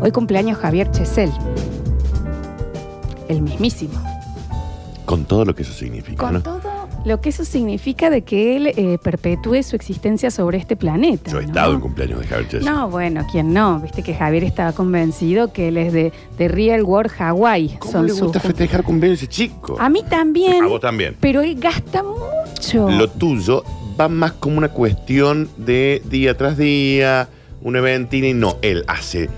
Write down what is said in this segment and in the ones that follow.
Hoy cumpleaños Javier Chesel. El mismísimo. Con todo lo que eso significa, Con ¿no? todo lo que eso significa de que él eh, perpetúe su existencia sobre este planeta. Yo he ¿no? estado en cumpleaños de Javier Chesel. No, bueno, ¿quién no? Viste que Javier estaba convencido que él es de, de Real World Hawaii. ¿Cómo Son le gusta sus- festejar cumpleaños a ese chico? A mí también. A vos también. Pero él gasta mucho. Lo tuyo va más como una cuestión de día tras día, un eventín y no, él hace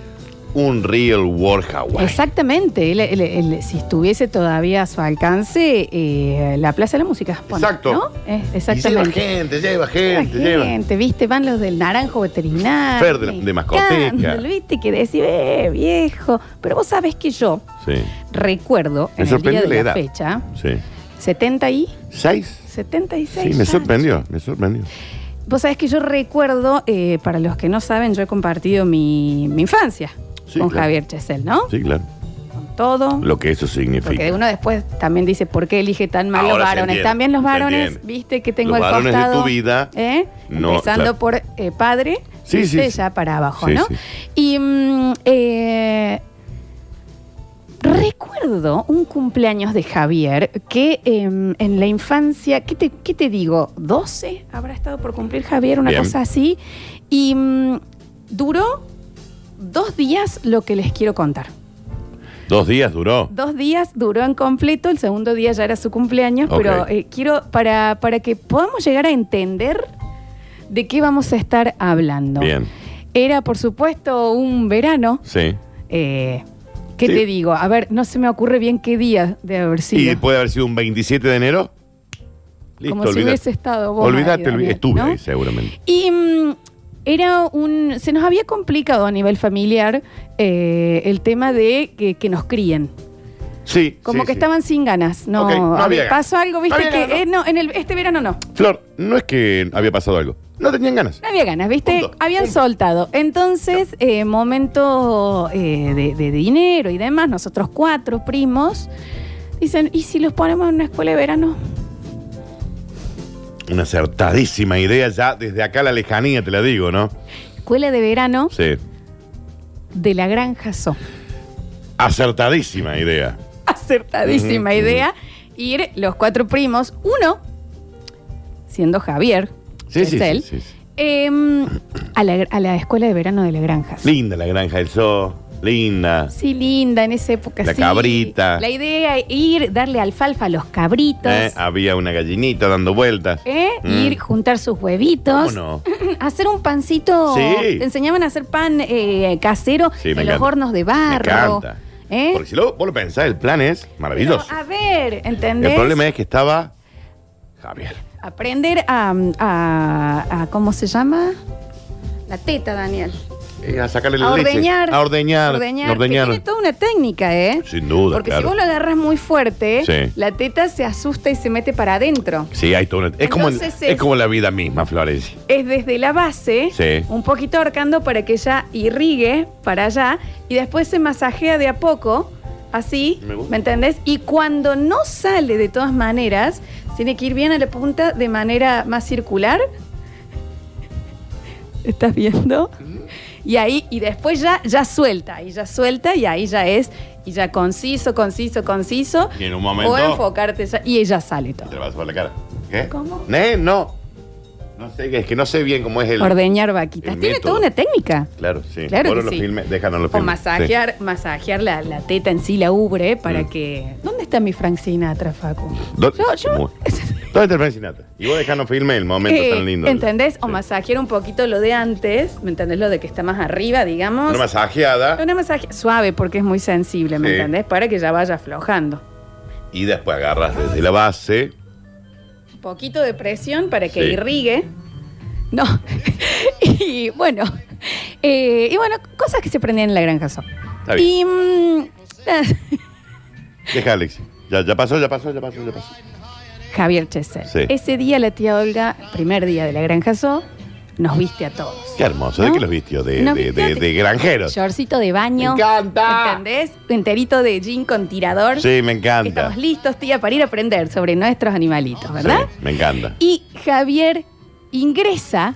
un real war Eh, Hawaii. Exactamente. Él- él- él- si estuviese todavía a su alcance, eh, la Plaza de la Música. ponele, Exacto. ¿no? Eh, Y lleva exactamente. gente, lleva gente, Lleva lleva. gente, viste, van los del naranjo veterinario. Fer de la- de mascoteca. Escándalo, Viste que decís, eh, viejo. Pero vos sabés que yo Sí, recuerdo Me en el día sorprendió de la la, edad. fecha, sí. 70 y ¿Seis? 76. Sí, me ya. sorprendió, me sorprendió. Vos sabés que yo recuerdo, eh, para los que no saben, yo he compartido mi, mi infancia Sí, con claro. Javier Chesel, ¿no? Sí, claro. Con todo. Lo que eso Porque significa. uno después también dice, ¿por qué elige tan mal Ahora los se varones? entiende, También los se varones, entiende. viste, que tengo Los al varones de costado. tu vida, ¿eh? no, Empezando claro. por eh, padre, Sí, viste, sí, sí. ya para abajo, Sí, ¿no? sí. Y mm, eh, recuerdo un cumpleaños de Javier que em, en la infancia, ¿qué te, qué te digo? 12 habrá estado por cumplir Javier, una Bien. cosa así. Y mm, duró dos días lo que les quiero contar. Dos días duró. Dos días duró en completo, el segundo día ya era su cumpleaños, Ok. pero eh, quiero, para, para que podamos llegar a entender de qué vamos a estar hablando. Bien. Era, por supuesto, un verano. Sí. eh, ¿Qué Sí. te digo? A ver, no se me ocurre bien qué día de haber ¿Y sido. puede haber sido un 27 de enero? Listo, Como si olvídate. hubiese estado vos Olvídate, ahí, Daniel, estuve ¿no? ahí seguramente. Y mm, era un. Se nos había complicado a nivel familiar eh, el tema de que, que nos críen. Sí. Como sí, que sí. estaban sin ganas. No, Ok, no a ver, había ganas. pasó algo, viste, No había que. ganas, eh, no, en el, este verano no. Flor, no es que había pasado algo. No tenían ganas. No había ganas, ¿viste? Punto. Habían Punto. soltado. Entonces, eh, momento eh, de, de dinero y demás, nosotros cuatro primos, dicen, ¿y si los ponemos en una escuela de verano? Una acertadísima idea ya desde acá a la lejanía, te la digo, ¿no? Escuela de verano Sí. de la Granja So. Acertadísima idea. Acertadísima Ujú, idea. Ir los cuatro primos, uno, siendo Javier, Sí, que sí, es él, sí, sí, sí. em, a, la, a la escuela de verano de la Granja So. Linda la granja del zoo. Linda. Sí, linda en esa época. La sí. cabrita. La idea es ir, darle alfalfa a los cabritos. Eh, Había una gallinita dando vueltas. ¿eh? Mm. Ir, juntar sus huevitos. ¿Cómo no? Hacer un pancito. Sí. Te enseñaban a hacer pan eh, casero Sí, me en los encanta. hornos de Me barro. encanta. ¿eh? Porque si lo, vos lo pensás, el plan es maravilloso. Pero, ah, a ver, ¿entendés? el problema es que estaba Javier. Aprender a, a- a- ¿Cómo se llama? La teta, Daniel. Eh, a sacarle A la leche. ordeñar. A ordeñar. ordeñar. Que tiene toda una técnica, ¿eh? Sin duda, Porque si claro. vos lo agarras muy fuerte, Sí. la teta se asusta y se mete para adentro. Sí, hay todo. Es, como, Entonces es es- como la vida misma, Florencia. es desde la base, Sí. un poquito ahorcando para que ella irrigue para allá y después se masajea de a poco, así, Me ¿me, gusta. entendés? Y cuando no sale de todas maneras, tiene que ir bien a la punta de manera más circular. ¿Estás viendo? Y ahí, y después ya, ya suelta, y ya suelta, y ahí ya es, y ya conciso, conciso, conciso. Y en un momento- O enfocarte ya, y ella sale todo. Te la vas por la cara. ¿Qué? ¿Cómo? ¿Eh? No. No sé, es que no sé bien cómo es el. Ordeñar vaquitas. el Tiene método. toda una técnica. Claro, sí. Claro Vos que no sí. lo filmes, déjanos lo O filmes. masajear, masajear la, la teta en sí, la ubre, para Mm. que. ¿Dónde está mi Frank Sinatra, Facu? Do- Yo, yo. Muy- ¿Dónde está el Frank Sinatra? Y vos dejanos filme el momento Eh, tan lindo. ¿Entendés? O Sí. masajear un poquito lo de antes, ¿me entendés? Lo de que está más arriba, digamos. Una masajeada Una masaje suave porque es muy sensible, ¿me Sí. entendés? Para que ya vaya aflojando. y después agarras desde la base. Un poquito de presión para que Sí. irrigue. No. y bueno. eh, y bueno, cosas que se prendían en la granja son. Está bien. Y. mm, Deja, Alex. Ya, ya pasó, ya pasó, ya pasó, ya pasó. Javier Chesel. Sí. Ese día la tía Olga, primer día de la Granja Zoo, nos viste a todos. Qué hermoso. ¿De ¿No? qué los vistió? De, Nos de, vistió de, de granjeros. Shortcito de baño. ¡Me encanta! ¿Entendés? Enterito de jean con tirador. Sí, me encanta. Estamos listos, tía, para ir a aprender sobre nuestros animalitos, ¿verdad? Sí, me encanta. Y Javier ingresa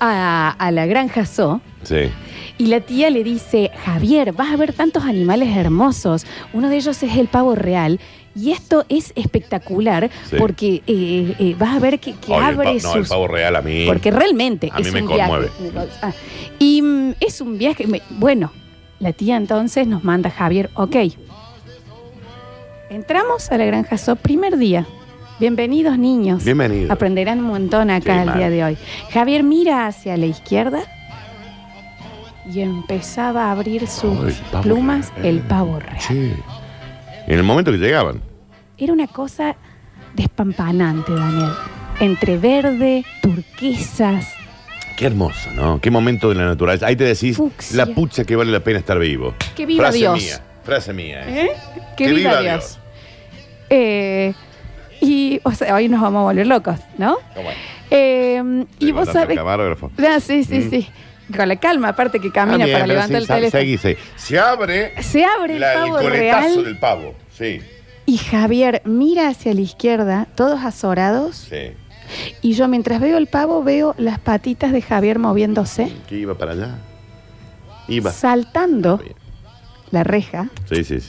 a, a la Granja Zoo Sí. Y la tía le dice, Javier, vas a ver tantos animales hermosos. Uno de ellos es el pavo real. Y esto es espectacular Sí. porque eh, eh, vas a ver que, que Ay, el abre pa- no, el sus... pavo real a mí. porque realmente A mí es me un conmueve. viaje. Ah, y mm, es un viaje... me- bueno, la tía entonces nos manda Javier, ok. Entramos a la granja SO primer día. Bienvenidos niños. Bienvenido. Aprenderán un montón acá Sí, el mal. día de hoy. Javier mira hacia la izquierda y empezaba a abrir sus Ay, pavo plumas real. el pavo real. Sí. En el momento que llegaban. Era una cosa despampanante, Daniel. Entre verde, turquesas. Qué hermoso, ¿no? Qué momento de la naturaleza. Ahí te decís Fucsia. la pucha que vale la pena estar vivo. Que viva Frase Dios. mía. Frase mía. ¿eh? ¿Eh? Que, viva, Dios. Eh, y, o sea, hoy nos vamos a volver locos, ¿no? No, bueno. Eh, y Estoy vos contando al sabés. camarógrafo. Ah, sí, sí, Mm. sí. Con la calma, aparte que Ah, camina bien, para pero sí, levantar el teléfono. seguí, seguí. Se abre Se abre la- el pavo el coletazo real. del pavo. Sí, Y Javier mira hacia la izquierda, todos azorados, sí. y yo mientras veo el pavo veo las patitas de Javier moviéndose, ¿Qué iba para allá? Iba. saltando la reja. Sí, sí, sí.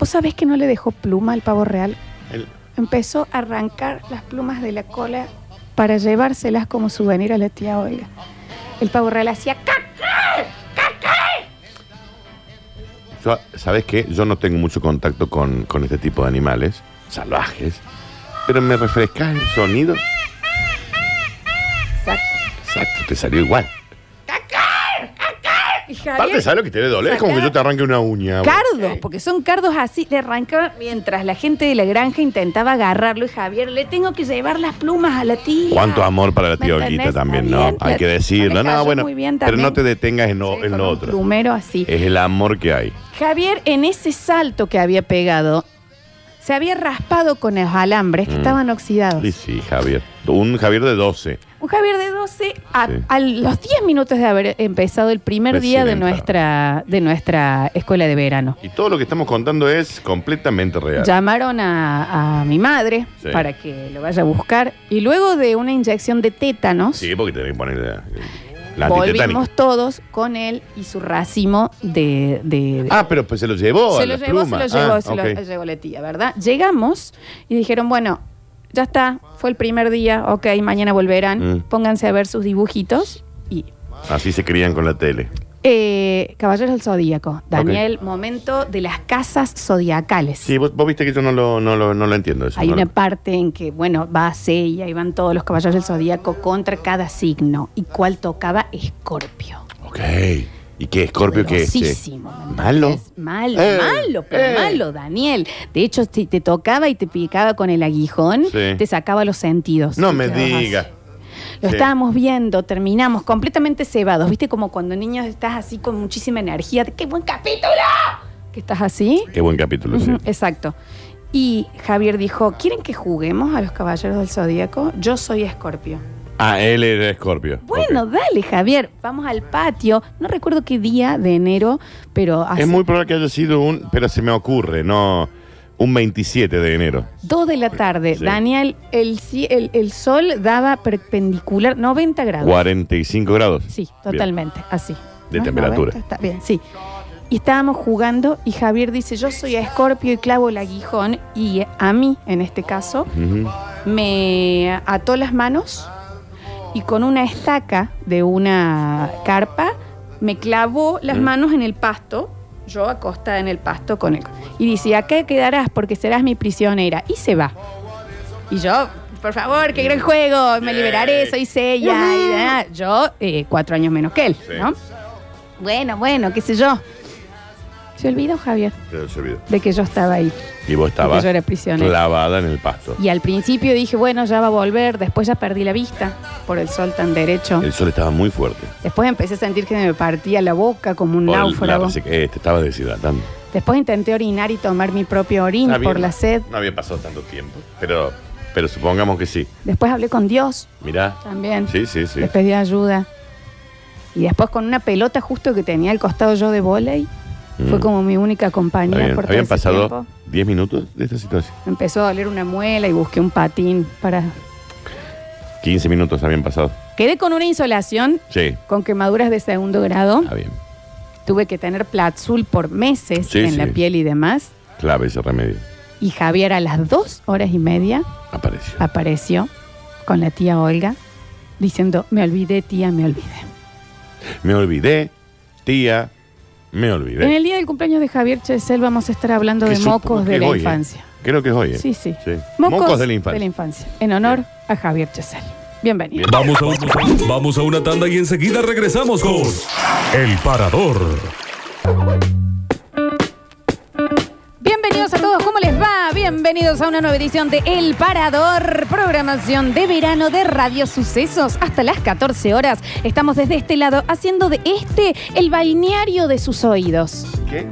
¿Vos sabés que no le dejó pluma al pavo real? El- Empezó a arrancar las plumas de la cola para llevárselas como souvenir a la tía Olga. El pavo real hacía cac. Yo, ¿Sabes qué? Yo no tengo mucho contacto con, con este tipo de animales salvajes, pero me refrescas el sonido. Exacto. Exacto, te salió igual. Y Aparte, Javier, ¿sabes lo que te debe doler? Es como que yo te arranque una uña. güey. cardos, porque son cardos así, le arrancaba mientras la gente de la granja intentaba agarrarlo y Javier, le tengo que llevar las plumas a la tía. Cuánto amor para la ¿Me tía Olguita entendés? también, Está ¿no? bien, Hay la- que decirlo. me cayó No, bueno, muy bien pero también. no te detengas en, lo- Sí, en con lo un otro. Plumero así. Es el amor que hay. Javier, en ese salto que había pegado, se había raspado con los alambres que Mm. estaban oxidados. Sí, sí, Javier. Un Javier de 12. Un Javier de 12, a, Sí. a los 10 minutos de haber empezado el primer Recién día de entrado. nuestra, de nuestra escuela de verano. Y todo lo que estamos contando es completamente real. Llamaron a, a mi madre Sí. para que lo vaya a buscar y luego de una inyección de tétanos, Sí, porque tenés que poner la, la antitetánica. volvimos todos con él y su racimo de- de, Ah, pero pues se lo llevó. a Se lo las llevó, plumas. se lo llevó, Ah, se lo ok. llevó la tía, ¿verdad? Llegamos y dijeron, bueno, ya está, fue el primer día, ok, mañana volverán, Mm. pónganse a ver sus dibujitos. Y Así se crían con la tele. eh, Caballeros del Zodíaco, Daniel, momento de las casas zodiacales. Sí, vos, vos viste que yo no lo, no lo, no lo entiendo eso. Hay no una lo- parte en que, bueno, va a Sella y van todos los caballeros del Zodíaco contra cada signo. ¿Y cuál tocaba? Escorpio. Ok. ¿Y qué escorpio que es? che? Poderosísimo, ¿me ¿Malo? entendés? Malo, Eh, malo, pero eh. malo, Daniel. De hecho, si te tocaba y te picaba con el aguijón, Sí. te sacaba los sentidos. No Y me te vas. digas. Lo Sí. estábamos viendo, terminamos completamente cebados. ¿Viste? Como cuando niños estás así con muchísima energía. ¡Qué buen capítulo! Que estás así. Qué buen capítulo, Ujú, sí. Exacto. Y Javier dijo, ¿quieren que juguemos a los caballeros del Zodíaco? Yo soy escorpio. Ah, él era escorpio. Bueno, Ok. dale, Javier, vamos al patio. No recuerdo qué día de enero, pero hace Es muy probable que haya sido un. Pero se me ocurre, no. Un 27 de enero. 2 de la tarde. Sí. Daniel, el, ci- el, el sol daba perpendicular 90 grados. 45 grados. Sí, totalmente, así. De es temperatura. 90, está bien, sí. Y estábamos jugando y Javier dice, yo soy escorpio y clavo el aguijón y a mí, en este caso, Ujú. me ató las manos y con una estaca de una carpa me clavó las Mm. manos en el pasto, yo acostada en el pasto con él. Y dice, acá quedarás porque serás mi prisionera. Y se va. Y yo, por favor, qué gran juego, me Yay. liberaré, soy Sella. y da- Yo, eh, cuatro años menos que él, Sí. ¿no? Bueno, bueno, qué sé yo. Se olvidó, Javier, Pero se olvidó. de que yo estaba ahí. Y vos Porque estabas yo era prisionera. clavada en el pasto. Y al principio dije, bueno, ya va a volver. Después ya perdí la vista por el sol tan derecho. El sol estaba muy fuerte. Después empecé a sentir que me partía la boca como un Por el- náufrago. la rese- eh, te estabas deshidratando. Después intenté orinar y tomar mi propio orín Está bien, por la sed. No había pasado tanto tiempo. Pero, pero supongamos que sí. Después hablé con Dios Mirá. también. Sí, sí, sí. Le pedí ayuda. Y después con una pelota justo que tenía al costado yo de volei. Fue Mm. como mi única Está compañía bien. por todo Habían ese pasado tiempo. 10 minutos de esta situación. Me empezó a doler una muela y busqué un patín para... 15 minutos habían pasado. Quedé con una insolación Sí, con quemaduras de segundo grado. está Ah, bien. Tuve que tener platzul por meses Sí, en sí. la piel y demás. Clave ese remedio. Y Javier a las dos horas y media Apareció. apareció con la tía Olga diciendo, me olvidé tía, me olvidé. Me olvidé, tía, me olvidé. En el día del cumpleaños de Javier Chesel vamos a estar hablando de Que supo- mocos que de la hoy, eh. infancia. Creo que es hoy. eh. Sí, sí. Mocos, de la infancia. En honor a Javier Chesel. Bienvenido. Vamos a, un- vamos a una tanda y enseguida regresamos con El Parador. Bienvenidos a todos, ¿cómo les va? Bienvenidos a una nueva edición de El Parador, programación de verano de Radio Sucesos. Hasta las 14 horas estamos desde este lado haciendo de este el balneario de sus oídos. ¿Qué?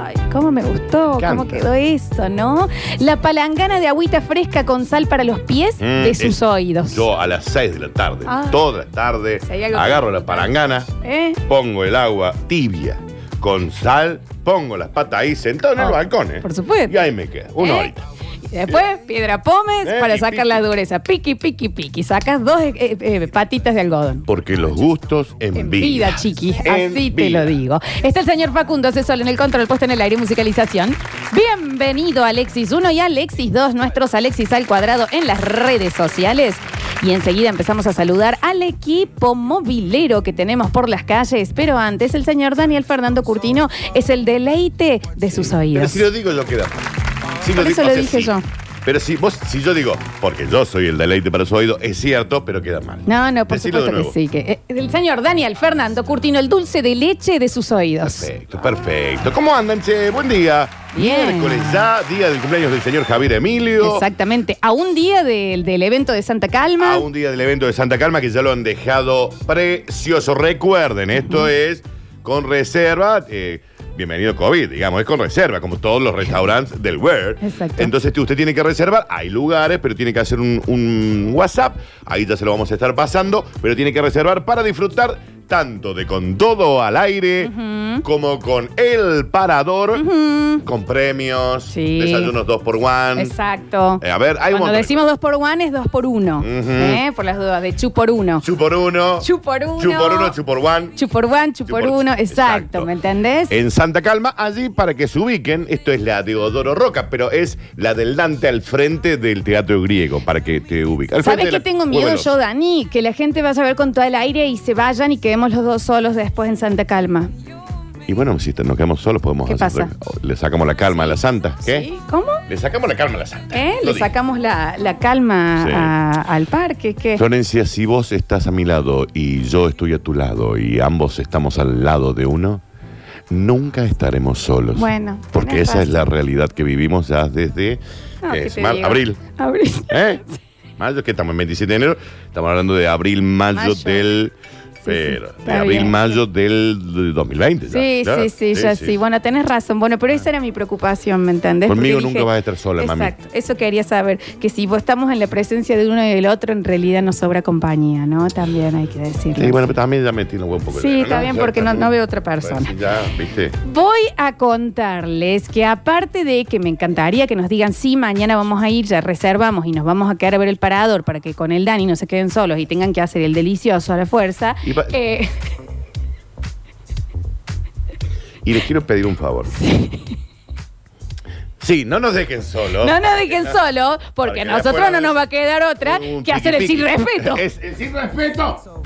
Ay, cómo me gustó, Me cómo encanta. quedó eso, ¿no? La palangana de agüita fresca con sal para los pies Mm, de sus es- oídos. Yo a las 6 de la tarde, Ah. toda la tarde, Si hay algo que- agarro la parangana, ¿Eh? pongo el agua tibia con sal, pongo las patas ahí sentado en el Oh, balcón, ¿eh? por supuesto. Y ahí me queda, una ¿Eh? horita. Y después, piedra pómez Eh, para y sacar piqui. la dureza. Piqui, piqui, piqui. Sacas dos eh, eh, patitas de algodón. Porque los gustos en, En vida, chiquis, En así te vida. lo digo. Está el señor Facundo Cesol en el control, puesto en el aire y musicalización. Bienvenido Alexis 1 y Alexis 2, nuestros Alexis al cuadrado en las redes sociales. Y enseguida empezamos a saludar al equipo movilero que tenemos por las calles. Pero antes, el señor Daniel Fernando Curtino es el deleite de sus Pero oídos. si lo digo yo queda mal. Si Por eso o lo sea, dije sí. yo. Pero si vos, si yo digo, porque yo soy el deleite para su oído, es cierto, pero queda mal. No, no, por Decilo de supuesto nuevo. que sí. Que, eh, el señor Daniel Fernando Curtino, el dulce de leche de sus oídos. Perfecto, perfecto. ¿Cómo andan, che? Buen día. Bien. Miércoles ya, día del cumpleaños del señor Javier Emilio. Exactamente. A un día del, del evento de Santa Calma. A un día del evento de Santa Calma que ya lo han dejado precioso. Recuerden, esto es con reserva. eh, bienvenido COVID, digamos, es con reserva, como todos los restaurantes del World. Exacto. Entonces usted tiene que reservar, hay lugares, pero tiene que hacer un, un WhatsApp, ahí ya se lo vamos a estar pasando, pero tiene que reservar para disfrutar tanto de con todo al aire como con el parador, con premios, Sí. desayunos dos por one. Exacto. Eh, a ver, hay un Cuando montón de decimos dos por one es dos por uno. ¿eh? Por las dudas de chu por uno. Chu por uno. Chu por uno. Chu por uno, chu por one. Chu por one, chu por Chu por- uno. Exacto, Exacto. ¿me entendés? En Santa Calma, allí para que se ubiquen, esto es la de Odoro Roca, pero es la del Dante al frente del teatro griego, para que te ubiques. Al frente ¿Sabes de qué la- tengo miedo Bueno, yo, Dani? Que la gente vaya a ver con todo el aire y se vayan y quedemos los dos solos después en Santa Calma. Y bueno, si te- nos quedamos solos, podemos ¿Qué hacer- pasa? Le sacamos la calma a la Santa. ¿Qué? ¿Sí? ¿Cómo? Le sacamos la calma a la Santa. ¿Eh? Lo Le dije. sacamos la, la calma Sí. a- al parque. ¿Qué? Florencia, si vos estás a mi lado y yo estoy a tu lado y ambos estamos al lado de uno, nunca estaremos solos. Bueno, Porque tenés esa es razón. la realidad que vivimos ya desde No, eh, ¿qué te mar- digo? abril. Abril. ¿Eh? Mayo, que estamos en 27 de enero, estamos hablando de abril, mayo, Mayo. del. sí, pero, de está abril, bien. mayo del 2020. ya, Sí, claro. sí, sí, ya sí, Bueno, tenés razón. Bueno, pero esa era mi preocupación, ¿me entendés? Conmigo Porque nunca vas a estar sola, Exacto. mami. Eso quería saber. Que si vos estamos en la presencia de uno y del otro, en realidad nos sobra compañía, ¿no? También hay que decirlo. Sí, bueno, pero también ya me tiene un poco. Sí, está bien, porque no- no veo otra persona. Pues Sí, ya, viste. Voy a contarles que aparte de que me encantaría que nos digan, sí, mañana vamos a ir, ya reservamos y nos vamos a quedar a ver el parador para que con el Dani no se queden solos y tengan que hacer el delicioso a la fuerza. Y pa- eh, Y les quiero pedir un favor. Sí. no nos dejen solos. no nos dejen solo, porque Porque a nosotros después- no nos va a quedar otra Un que hacer el piqui sin piqui. respeto. Es, es sin respeto.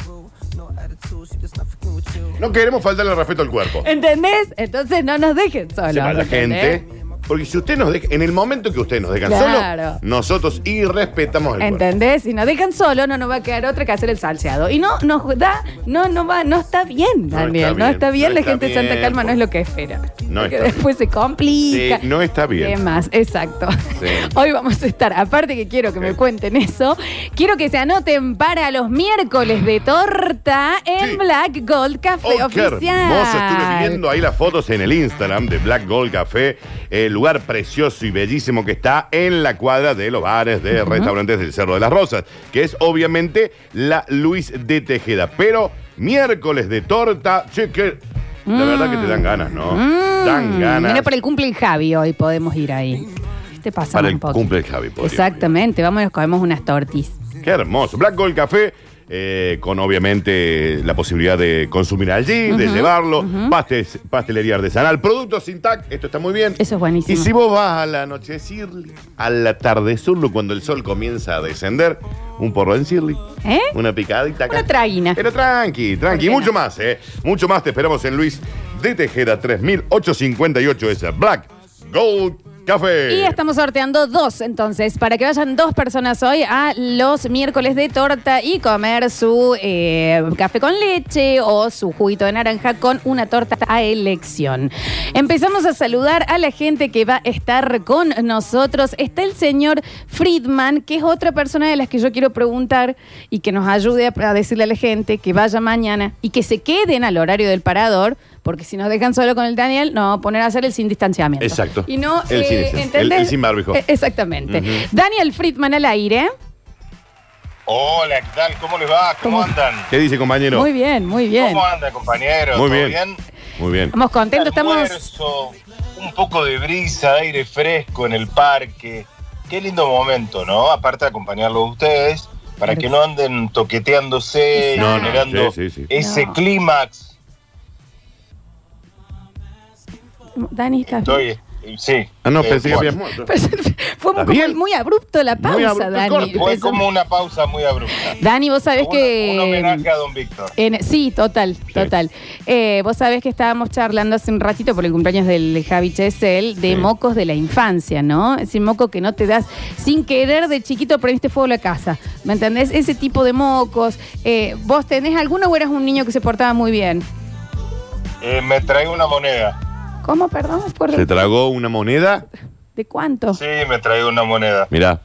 No queremos faltarle el respeto al cuerpo. ¿Entendés? Entonces no nos dejen solos. se va la ¿entendés? gente. Porque si usted nos deja, en el momento que ustedes nos dejan Claro. solo, nosotros irrespetamos el cuerpo. ¿Entendés? Si nos dejan solo, no nos va a quedar otra que hacer el salseado. Y no nos da, no, no va, no está bien, No está Daniel. No bien, está bien, no la está gente de Santa bien, Calma por- no es lo que espera. No Porque está bien. después se complica. Sí, no está bien. ¿Qué más? Exacto. Sí. Hoy vamos a estar, aparte que quiero que me Sí. cuenten eso, quiero que se anoten para los miércoles de torta en Sí. Black Gold Café Oh, qué Oficial. hermoso. Estuve viendo ahí las fotos en el Instagram de Black Gold Café, el lugar precioso y bellísimo que está en la cuadra de los bares de restaurantes del Cerro de las Rosas, que es obviamente la Luis de Tejeda. Pero miércoles de torta, che, que Mm. la verdad que te dan ganas, ¿no? Dan ganas. Mira, para el cumple del Javi hoy podemos ir ahí. Te pasa Para un el poco. pues. cumple del Javi, podríamos ir. Exactamente, vamos y nos comemos unas tortis. Qué hermoso. Black Gold Café. eh, con obviamente la posibilidad de consumir allí, de llevarlo, pastes, pastelería artesanal, productos sin TAC, esto está muy bien. Eso es buenísimo. Y si vos vas al anochecer, al atardezurlo, cuando el sol comienza a descender, un porro en Shirley, ¿Eh? una picadita acá. Una traguina. Pero tranqui, ¿Por tranqui. qué Y mucho no? más, ¿eh? Mucho más te esperamos en Luis de Tejera 3858 esa Black Gold Café. Y este. estamos sorteando dos, entonces, para que vayan dos personas hoy a los miércoles de torta y comer su eh, café con leche o su juguito de naranja con una torta a elección. Empezamos a saludar a la gente que va a estar con nosotros. Está el señor Friedman, que es otra persona de las que yo quiero preguntar y que nos ayude a, a decirle a la gente que vaya mañana y que se queden al horario del parador. Porque si nos dejan solo con el Daniel, no, poner a hacer el sin distanciamiento. Exacto. Y no, El eh, sin ese. ¿entendés? El- el sin barbijo. Eh, Exactamente. Daniel Friedman al aire. Hola, ¿qué tal? ¿Cómo les va? ¿Cómo, ¿Cómo? andan? ¿Qué dice, compañero? Muy bien, muy bien. ¿Cómo andan, compañeros? Muy ¿Todo bien. Muy bien. Estamos contentos, estamos. Almuerzo, un poco de brisa, aire fresco en el parque. Qué lindo momento, ¿no? Aparte de acompañarlos a ustedes, para que no anden toqueteándose, No, no, generando sí, sí, sí. ese No. clímax. Dani está. Estoy, sí. Ah, no, Eh, pensé que bueno, habías muerto. Fue como ¿Estás bien? muy, abrupto la pausa, Muy abrupto el Dani. corte. Fue como una pausa muy abrupta. Dani, vos sabés Un- que. Un homenaje a don Víctor. En- sí, total, total. Eh, vos sabés que estábamos charlando hace un ratito por el cumpleaños del Javi Chesel de Sí. mocos de la infancia, ¿no? Ese moco que no te das sin querer de chiquito prendiste fuego a la casa. ¿Me entendés? Ese tipo de mocos. Eh, ¿Vos tenés alguno o eras un niño que se portaba muy bien? Eh, me traigo una moneda. ¿Cómo, perdón? ¿Por- ¿Se tragó una moneda? ¿De cuánto? Sí, me traigo una moneda. Mirá.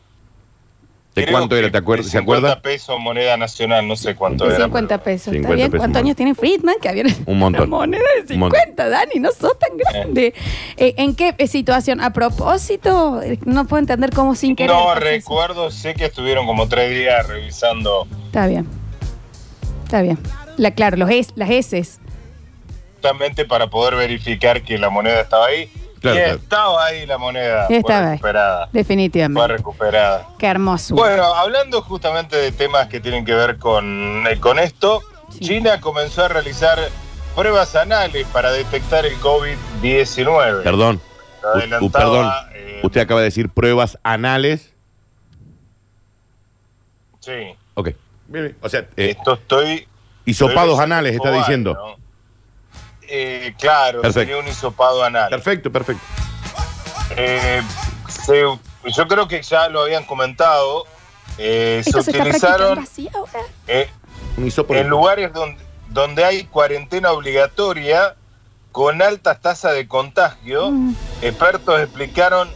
¿De Creo cuánto que era? ¿Te acuer- de ¿Se acuerda? 50 pesos moneda nacional, no sé cuánto De era. 50 pesos. ¿Está 50 bien? pesos, ¿Cuántos mon- años tiene Friedman? Que había Un montón. una moneda de Un montón. 50, Dani, no sos tan grande. Eh, ¿En qué eh, situación? A propósito, eh, no puedo entender cómo sin querer. No haces eso. recuerdo, sé que estuvieron como tres días revisando. Está bien. Está bien. La, claro, los es, las heces. justamente para poder verificar que la moneda estaba ahí. Claro, y claro. estaba ahí la moneda. Estaba fue ahí. recuperada. Fue Definitivamente. recuperada. Qué hermoso. Bueno, hablando justamente de temas que tienen que ver con, eh, con esto, Sí. China comenzó a realizar pruebas anales para detectar el COVID-19. Perdón. Lo U- u- adelantaba, perdón. eh, Usted acaba de decir pruebas anales. sí. Ok. O sea, eh, Esto estoy hisopados Estoy anales, está Escobar, diciendo. ¿no? Eh, claro, Perfecto. tenía un hisopado anal. Perfecto, perfecto. Eh, se- yo creo que ya lo habían comentado. eh, se Esto se está practicando utilizaron así ahora. eh, Un hisopo. en lugares donde, donde hay cuarentena obligatoria con altas tasas de contagio. Mm. Expertos explicaron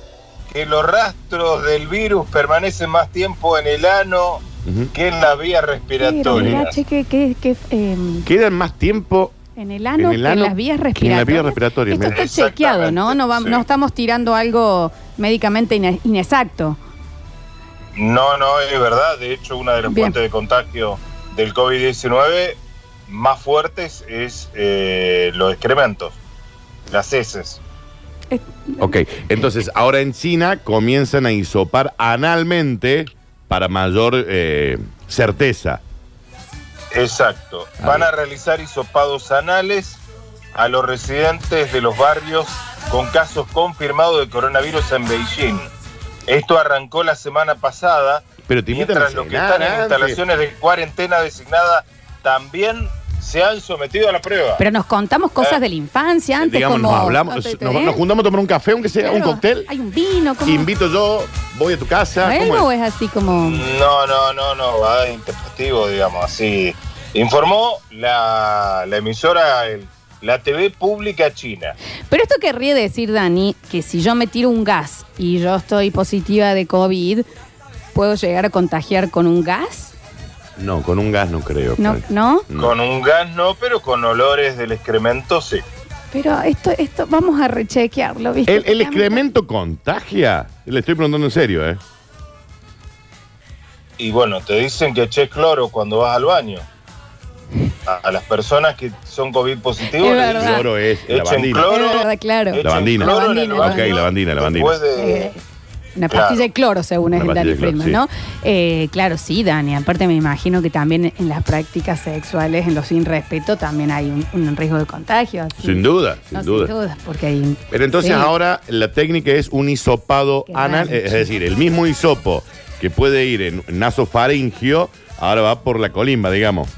que los rastros del virus permanecen más tiempo en el ano Ujú. que en las vías Mira, respiratorias. che, que, que- que, em, Quedan más tiempo en el ano, En el que en ano las vías que en respiratorias. las vías respiratorias, Esto mira. está chequeado, ¿no? No, va- Exactamente, no sí. estamos tirando algo médicamente ine- inexacto. No, no, es verdad. De hecho, una de las Bien. fuentes de contagio del COVID-19 más fuertes es eh, los excrementos, las heces. Ok, entonces ahora en China comienzan a hisopar analmente para mayor eh, certeza. Exacto. Van a realizar hisopados anales a los residentes de los barrios con casos confirmados de coronavirus en Beijing. Esto arrancó la semana pasada Pero te invitan a Mientras los que cenar están en antes. instalaciones de cuarentena designada también se han sometido a la prueba. Pero nos contamos cosas Eh, de la infancia antes, Digamos, como... nos hablamos, ¿eh? nos, nos juntamos a tomar un café, aunque sea un Claro, cóctel. Hay un vino, como... Invito yo, voy a tu casa. ¿Bueno ¿cómo o es? es así como...? No, no, no, no, va interpretativo, digamos, así. Informó la, la emisora, el- la TV pública china. Pero esto querría decir, Dani, que si yo me tiro un gas y yo estoy positiva de COVID, ¿puedo llegar a contagiar con un gas? No, con un gas no creo. No, Frank. ¿no? No. Con un gas no, pero con olores del excremento sí. Pero esto, esto, vamos a rechequearlo, ¿viste? ¿El, el excremento contagia? Le estoy preguntando en serio, ¿eh? Y bueno, te dicen que eches cloro cuando vas al baño. A, a las personas que son COVID positivos Es le verdad. El dicen, oro es la Echen bandina. cloro. Es verdad, claro. echen La bandina. cloro en el La Ok, bandina, baño la bandina, la bandina. Después de, Eh, Una Claro. pastilla de cloro, según es Una el Dani pastilla de cloro, Friedman, ¿no? Eh, claro, sí, Dani. Aparte me imagino que también en las prácticas sexuales, en los sin respeto, también hay un, un riesgo de contagio. así. Sin duda, sin No, duda. porque hay... Pero entonces Ah, Sí. ahora la técnica es un hisopado Qué anal, rancho. es decir, el mismo hisopo que puede ir en nasofaringio, ahora va por la colimba, digamos.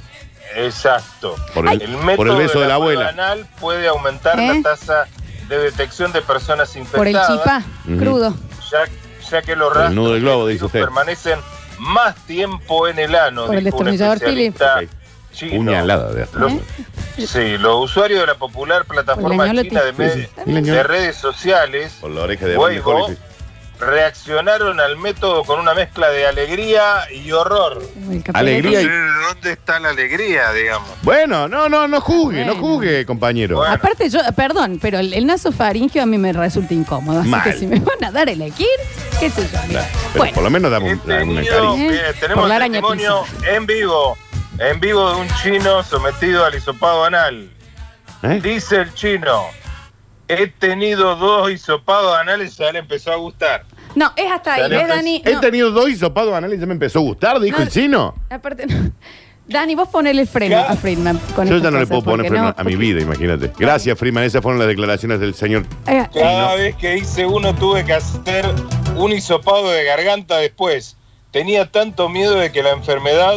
Exacto. Por el- por el beso de la abuela. prueba anal puede aumentar ¿Eh? la tasa de detección de personas Por el infectadas. chipá, Ujú. crudo. Ya, ya que los Por el rastros nudo del globo, dice virus usted. permanecen más tiempo en el ano. Por el dijo un destornillador especialista Philip. chino. Puñalada de hasta. Los- sí, los usuarios de la popular plataforma Por la china de, ñolote. med- Sí, sí. La ñolote. de redes sociales Por la oreja de Huevo. Bambi Holly. reaccionaron al método con una mezcla de alegría y horror. El capulete. Alegría y- ¿Dónde está la alegría, digamos? Bueno, no, no, no juzgue, no Bueno. juzgue, compañero. Bueno. Aparte yo, perdón, pero el, el nasofaringio a mí me resulta incómodo. Así Mal. que si me van a dar el equir, qué sé yo. amigo. Nah, pero bueno, por lo menos dame He un- una tenido, caricia. caricia. eh, Por tenemos la el araña testimonio en vivo, en vivo de un chino sometido al hisopado anal. ¿Eh? Dice el chino, he tenido dos hisopados anales y ya le empezó a gustar. no, es hasta ahí, Dale, ¿ves, pues, Dani? He No, tenido dos hisopados anales y ya me empezó a gustar, dijo No. el chino. aparte no. Dani, vos ponele el freno Ya. a Friedman. con Yo estas ya no le cosas, puedo poner porque freno no, a mi vida, imagínate. Gracias, Freeman. Esas fueron las declaraciones del señor. porque- Eh, Cada vez que hice uno tuve que hacer un hisopado de garganta después. Tenía tanto miedo de que la enfermedad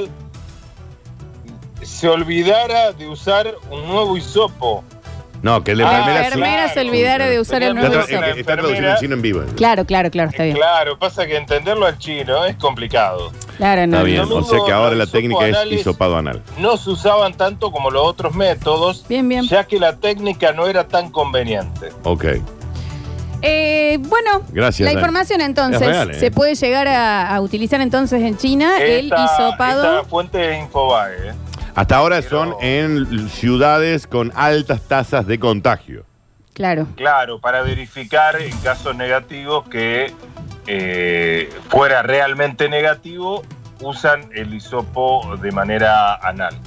se olvidara de usar un nuevo hisopo. No, que el de Ah, enfermera sí. enfermera se olvidara de usar el Tenía Está, nuevo tra- miedo hisopo. de eh, la está traduciendo enfermera el chino en vivo. Claro, claro, claro, está Eh, bien. Claro, pasa que entenderlo al chino es complicado. Claro, no, Está no. bien, o sea que ahora la Domingo, técnica es análisis. hisopado anal. No se usaban tanto como los otros métodos, Bien, bien. ya que la técnica no era tan conveniente. Ok. Eh, bueno, Gracias, la Dani. información entonces Es real, ¿eh? se puede llegar a, a utilizar entonces en China el Esta- hisopado. esta fuente de Infobae. ¿eh? Hasta ahora Pero- son en ciudades con altas tasas de contagio. Claro. Claro, para verificar en casos negativos que eh, fuera realmente negativo, usan el hisopo de manera anal.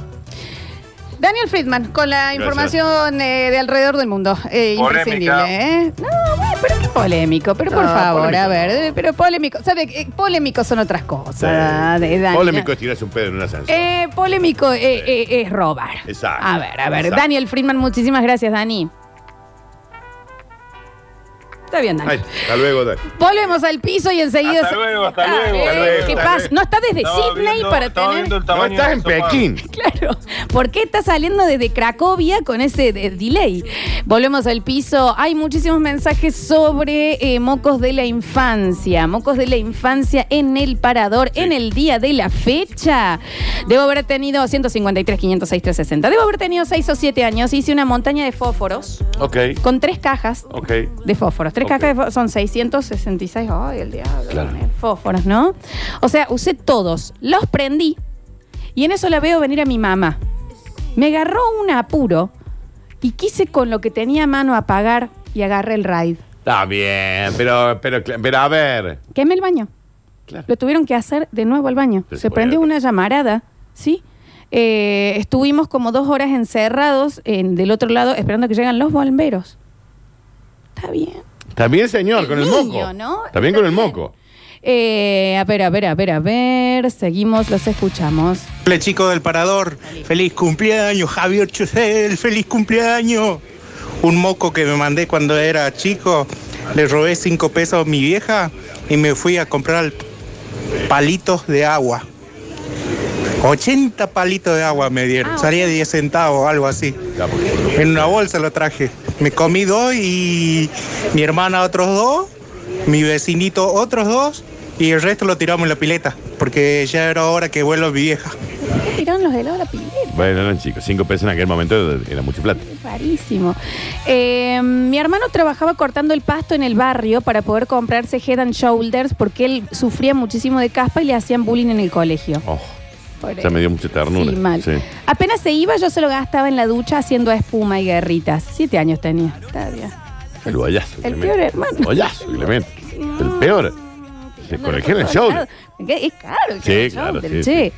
Daniel Friedman, con la Gracias. información eh, de alrededor del mundo. Eh, Polémica. imprescindible, ¿eh? No, bueno, pero qué polémico, pero por No, favor, polémico a ver, eh, pero polémico, ¿sabe? Eh, polémico son otras cosas, ah, de Dani. Polémico es tirarse un pedo en una ascensor. Eh, polémico eh, eh, es robar. Exacto. Ah, A ver, a ver. Exacto. Daniel Friedman, muchísimas gracias, Dani. Está bien, Dani. Ay, hasta luego, Dani. Volvemos al piso y enseguida. Hasta se- luego, hasta Ah, luego, eh, hasta luego, ¿Qué hasta pasa? luego. No está desde Estaba Sydney viendo- para estaba tener. viendo el No tamaño estás del en hisopado. Pekín. Claro, ¿por qué está saliendo desde Cracovia con ese de- delay? Volvemos al piso. Hay muchísimos mensajes sobre eh, mocos de la infancia. Mocos de la infancia en el parador, en el día de la fecha. Debo haber tenido 153, 506, 360. Debo haber tenido 6 o 7 años. Hice una montaña de fósforos Ok, con tres cajas ok. de fósforos. Tres Ok. cajas de fósforos son 666. ¡Ay, el diablo! Claro. eh, Fósforos, ¿no? O sea, usé todos. Los prendí. Y en eso la veo venir a mi mamá. Me agarró un apuro y quise con lo que tenía a mano apagar y agarré el raid. Está bien, pero, pero, pero a ver. Quemé el baño. Claro. Lo tuvieron que hacer de nuevo al baño. Sí, Se bueno. prendió una llamarada, ¿sí? Eh, estuvimos como dos horas encerrados en- del otro lado esperando que lleguen los bomberos. Está bien. También, señor, con el Niño, moco. ¿no? También con el moco. Eh, a ver, a ver, a ver, a ver. Seguimos, los escuchamos. Hola chicos del Parador, feliz cumpleaños, Javier Chusel, feliz cumpleaños. Un moco que me mandé cuando era chico, le robé cinco pesos a mi vieja y me fui a comprar palitos de agua. 80 palitos de agua me Ah, dieron, salía 10 centavos o algo así. Ya, porque- En una bolsa lo traje. Me comí dos y mi hermana otros dos, mi vecinito otros dos y el resto lo tiramos en la pileta porque ya era hora que vuelva mi vieja. ¿Qué tiraron los helados a la pileta? Bueno, no, chicos, cinco pesos en aquel momento era mucho plata. Rarísimo. Eh, mi hermano trabajaba cortando el pasto en el barrio para poder comprarse Head and Shoulders porque él sufría muchísimo de caspa y le hacían bullying en el colegio. Oh, Pobre. ya me dio mucha ternura. Sí, mal. Sí. Apenas se iba, yo se lo gastaba en la ducha haciendo espuma y guerritas. Siete años tenía. Está bien. El guayazo. El Clemente. peor hermano. El guayazo, Clemente. El peor. Sí, con el Por Helen todos Show. lados. ¿Qué? Es caro el Sí, Helen claro, Shoulder, sí, che.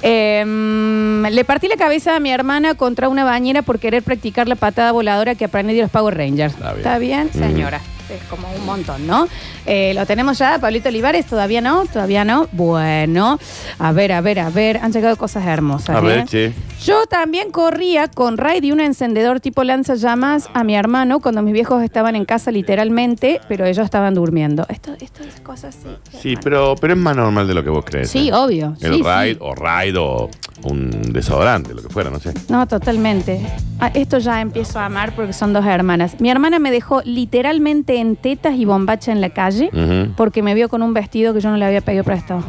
Em, le partí la cabeza a mi hermana contra una bañera por querer practicar la patada voladora que aprendí de los Power Rangers. Está bien. ¿Está bien, Mm. señora? Es como un montón, ¿no? Eh, lo tenemos ya, Pablito Olivares, todavía no, todavía no. Bueno, a ver, a ver, a ver, han llegado cosas hermosas. A ver, ¿eh? che. Yo también corría con Ray de un encendedor tipo lanzallamas a mi hermano cuando mis viejos estaban en casa literalmente, pero ellos estaban durmiendo. Esto, esto es cosas así. Sí, pero, pero es más normal de lo que vos crees. Sí, ¿eh? obvio. El sí, Raid sí. o Raid o un desodorante, lo que fuera, no sé. No, totalmente. Ah, esto ya empiezo a amar porque son dos hermanas. Mi hermana me dejó literalmente en tetas y bombacha en la calle Ujú. porque me vio con un vestido que yo no le había pedido prestado.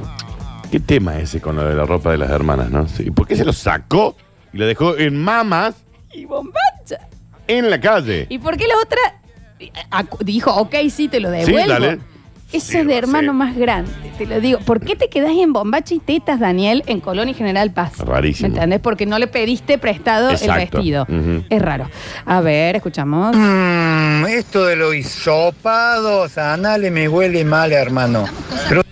¿Qué tema ese con lo de la ropa de las hermanas, no? Sí, ¿Por qué se lo sacó y lo dejó en mamas Y bombacha. en la calle? ¿Y por qué la otra eh, acu- dijo, ok, sí, te lo devuelvo? dale. Eso Sí, es de va, hermano sí. más grande, te lo digo. ¿Por qué te quedás en bombacha y tetas, Daniel, en Colón y General Paz? Rarísimo. ¿Me entendés? Porque no le pediste prestado el Exacto. vestido. Ujú. Es raro. A ver, escuchamos. Mm, esto de los hisopados anales me huele mal, hermano.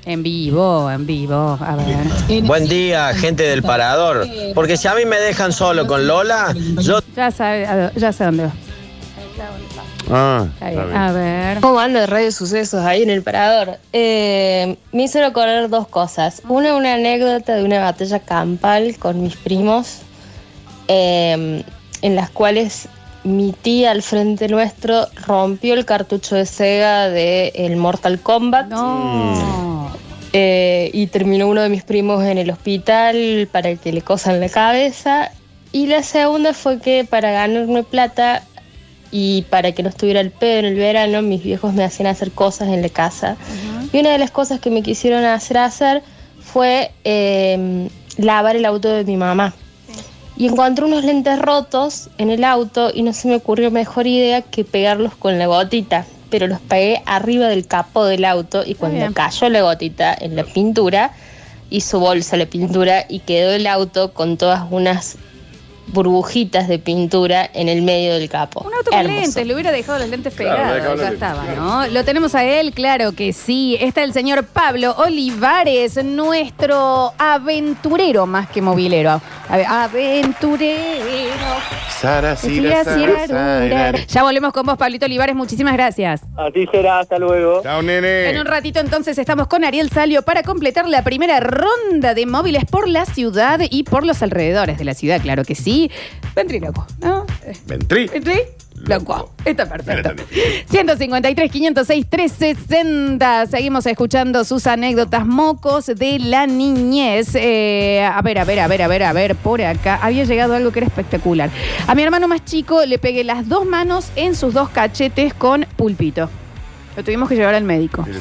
En vivo, en vivo. A ver. Buen día, gente del parador. Porque si a mí me dejan solo con Lola, yo Ya sabe, a- ya sé dónde va. Ah, Está está bien. bien. A ver. ¿Cómo ando de radio sucesos ahí en el parador? Eh, me hicieron correr dos cosas. Una, una anécdota de una batalla campal con mis primos, eh, en las cuales mi tía al frente nuestro rompió el cartucho de Sega de el Mortal Kombat No. eh, y terminó uno de mis primos en el hospital para que le cosan la cabeza. Y la segunda fue que para ganarme plata y para que no estuviera el pedo en el verano, mis viejos me hacían hacer cosas en la casa. Y una de las cosas que me quisieron hacer hacer fue eh, lavar el auto de mi mamá. Y encontré unos lentes rotos en el auto y no se me ocurrió mejor idea que pegarlos con la gotita. Pero los pegué arriba del capó del auto y cuando bien. cayó la gotita en la pintura, hizo bolsa la pintura y quedó el auto con todas unas burbujitas de pintura en el medio del capó. Un auto con Hermoso. lentes, le hubiera dejado los lentes Claro, pegados, le dejaba ya los lentes, estaba, ¿no? Lo tenemos a él, claro que sí. Está el señor Pablo Olivares, nuestro aventurero más que movilero. A ver, aventurero. Sara, Sira, Sara, Sara. Ya volvemos con vos, Pablito Olivares, muchísimas gracias. A ti será, hasta luego. Chao, nene. En un ratito entonces estamos con Ariel Salio para completar la primera ronda de móviles por la ciudad y por los alrededores de la ciudad, claro que sí. Ventríloco, ¿no? Ventrí. Blanco. Está perfecto. Mira, 153, 506, 360. Seguimos escuchando sus anécdotas mocos de la niñez. Eh, a ver, a ver, a ver, a ver, a ver, por acá. Había llegado algo que era espectacular. A mi hermano más chico le pegué las dos manos en sus dos cachetes con pulpito. Lo tuvimos que llevar al médico. Ay,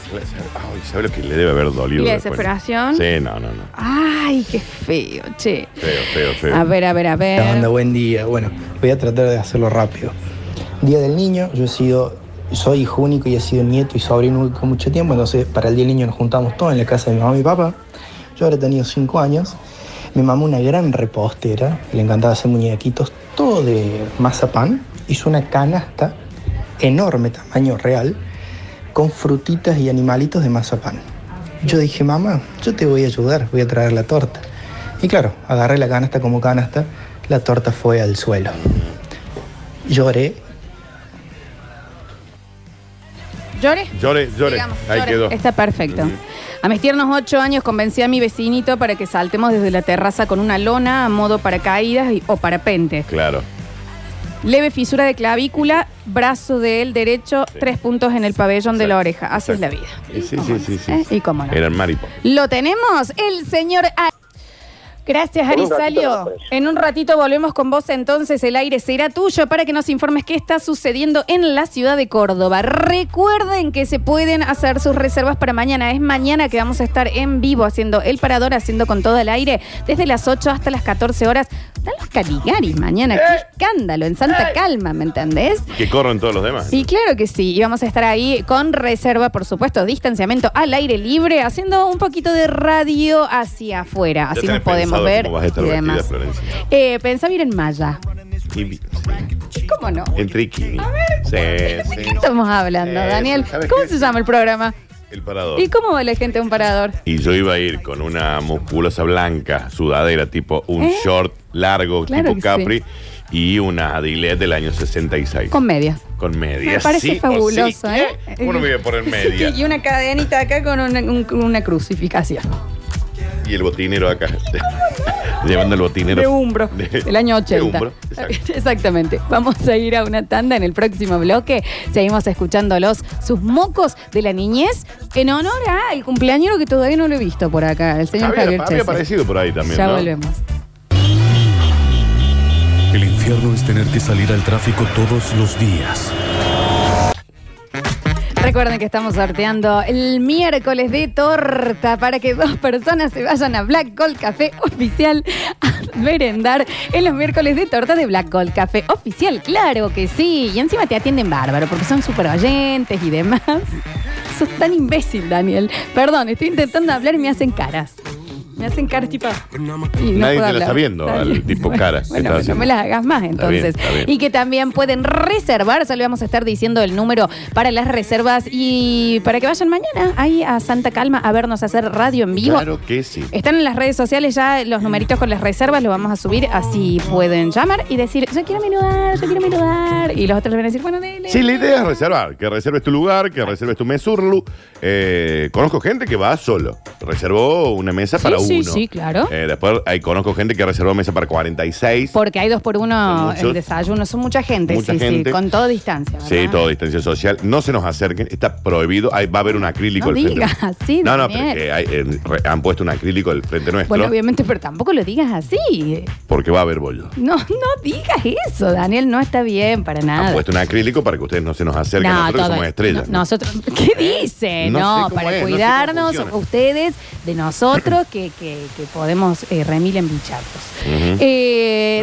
¿sabes lo que le debe haber dolido? Y la después? desesperación. Sí, no, no, no. Ay, qué feo, che. Feo, feo, feo. A ver, a ver, a ver. Onda, buen día. Bueno, voy a tratar de hacerlo rápido. Día del niño, yo he sido, soy hijo único y he sido nieto y sobrino único mucho tiempo, entonces para el día del niño nos juntamos todos en la casa de mi mamá y mi papá. Yo ahora he tenido cinco años. Mi mamá, una gran repostera, le encantaba hacer muñequitos, todo de mazapán, hizo una canasta enorme, tamaño real, con frutitas y animalitos de mazapán. Yo dije, mamá, yo te voy a ayudar, voy a traer la torta. Y claro, agarré la canasta como canasta, la torta fue al suelo. Lloré ¿Llore? Llore, llore. Digamos, Ahí llore. quedó. Está perfecto. A mis tiernos ocho años convencí a mi vecinito para que saltemos desde la terraza con una lona a modo paracaídas y- o parapente. Claro. Leve fisura de clavícula, brazo del derecho, tres puntos en el pabellón de la Exacto. oreja. Así es la vida. Sí, sí, cómo sí, no, sí, sí. ¿eh? Y cómo no. Era el maripo. Lo tenemos, el señor... A- Gracias, Por Ari un ratito pues. Salio. nos vemos. En un ratito volvemos con vos, entonces el aire será tuyo para que nos informes qué está sucediendo en la ciudad de Córdoba. Recuerden que se pueden hacer sus reservas para mañana. Es mañana que vamos a estar en vivo haciendo el parador, haciendo con todo el aire, desde las 8 hasta las 14 horas. Están los Caligaris mañana, Eh. qué escándalo, en Santa Calma, ¿me entendés? Que corran todos los demás. Sí, claro que sí. Y vamos a estar ahí con reserva, por supuesto, distanciamiento al aire libre, haciendo un poquito de radio hacia afuera. Ya Así nos tenés podemos pensado ver cómo vas a estar y vestida, demás. Florencia. Eh, pensaba ir en Maya. Y vi- sí. ¿Cómo no? En triquini. ¿De Sí, qué sí. estamos hablando, Eh, Daniel? ¿sabes ¿Cómo qué? se llama el programa? El parador. ¿Y cómo va la gente a un parador? Y yo iba a ir con una musculosa blanca, sudadera, tipo un short largo, ¿Eh? Claro tipo que Capri, y una Adilette del año 66. Con medias. Con medias. Me parece sí o fabuloso, sí. ¿eh? Uno vive por el medio. Y una cadenita acá con una, un- una crucificación. Y el botinero acá. Llevando el botinero. De Umbro, De- del año 80. de Umbro, exacto. Exactamente. Vamos a ir a una tanda en el próximo bloque. Seguimos escuchándolos, sus mocos de la niñez, en honor al cumpleañero que todavía no lo he visto por acá, el señor Había, Javier, había Chese. aparecido por ahí también. Ya ¿no? volvemos. El infierno es tener que salir al tráfico todos los días. Recuerden que estamos sorteando el miércoles de torta para que dos personas se vayan a Black Gold Café Oficial a merendar en los miércoles de torta de Black Gold Café Oficial. Claro que sí. Y encima te atienden bárbaro porque son súper oyentes y demás. Sos tan imbécil, Daniel. Perdón, estoy intentando hablar y me hacen caras. Me hacen caras tipo... y no Nadie te puedo lo hablar. está viendo, ¿eh? al bien. tipo Bueno, caras que Bueno, está pero no me haciendo. las hagas más Está bien, entonces. está bien. Y que también pueden reservar, ya le vamos a estar diciendo el número para las reservas y para que vayan mañana ahí a Santa Calma a vernos hacer radio en vivo. Claro que sí. Están en las redes sociales ya los numeritos con las reservas, los vamos a subir, así pueden llamar y decir, yo quiero mi lugar, yo quiero mi lugar. Y los otros le van a decir, bueno, dele. Sí, la idea es reservar, que reserves tu lugar, que reserves tu mesurlu. Eh, conozco gente que va solo. Reservó una mesa Sí, para sí, uno. sí, claro. Eh, después ahí conozco gente que reservó mesa para 46. Porque hay dos por Son uno muchos. el desayuno, son mucha gente, Mucha sí, gente. sí, con toda distancia. Sí, ¿verdad? todo distancia social. No se nos acerquen, está prohibido. Ahí va a haber un acrílico No del frente. digas así, No, no, Daniel. pero que hay, eh, re- han puesto un acrílico del frente nuestro Bueno, obviamente, pero tampoco lo digas así. porque va a haber bollo. No, no digas eso, Daniel, no está bien para Han nada. puesto un acrílico para que ustedes no se nos acerquen. nosotros Ah, que todo- somos estrellas. Eh, no, nosotros, ¿qué dice? No No, sé cómo es, no para sé cómo cuidarnos funciona. ustedes de nosotros que, que- que podemos eh, remil en Ujú. Eh, No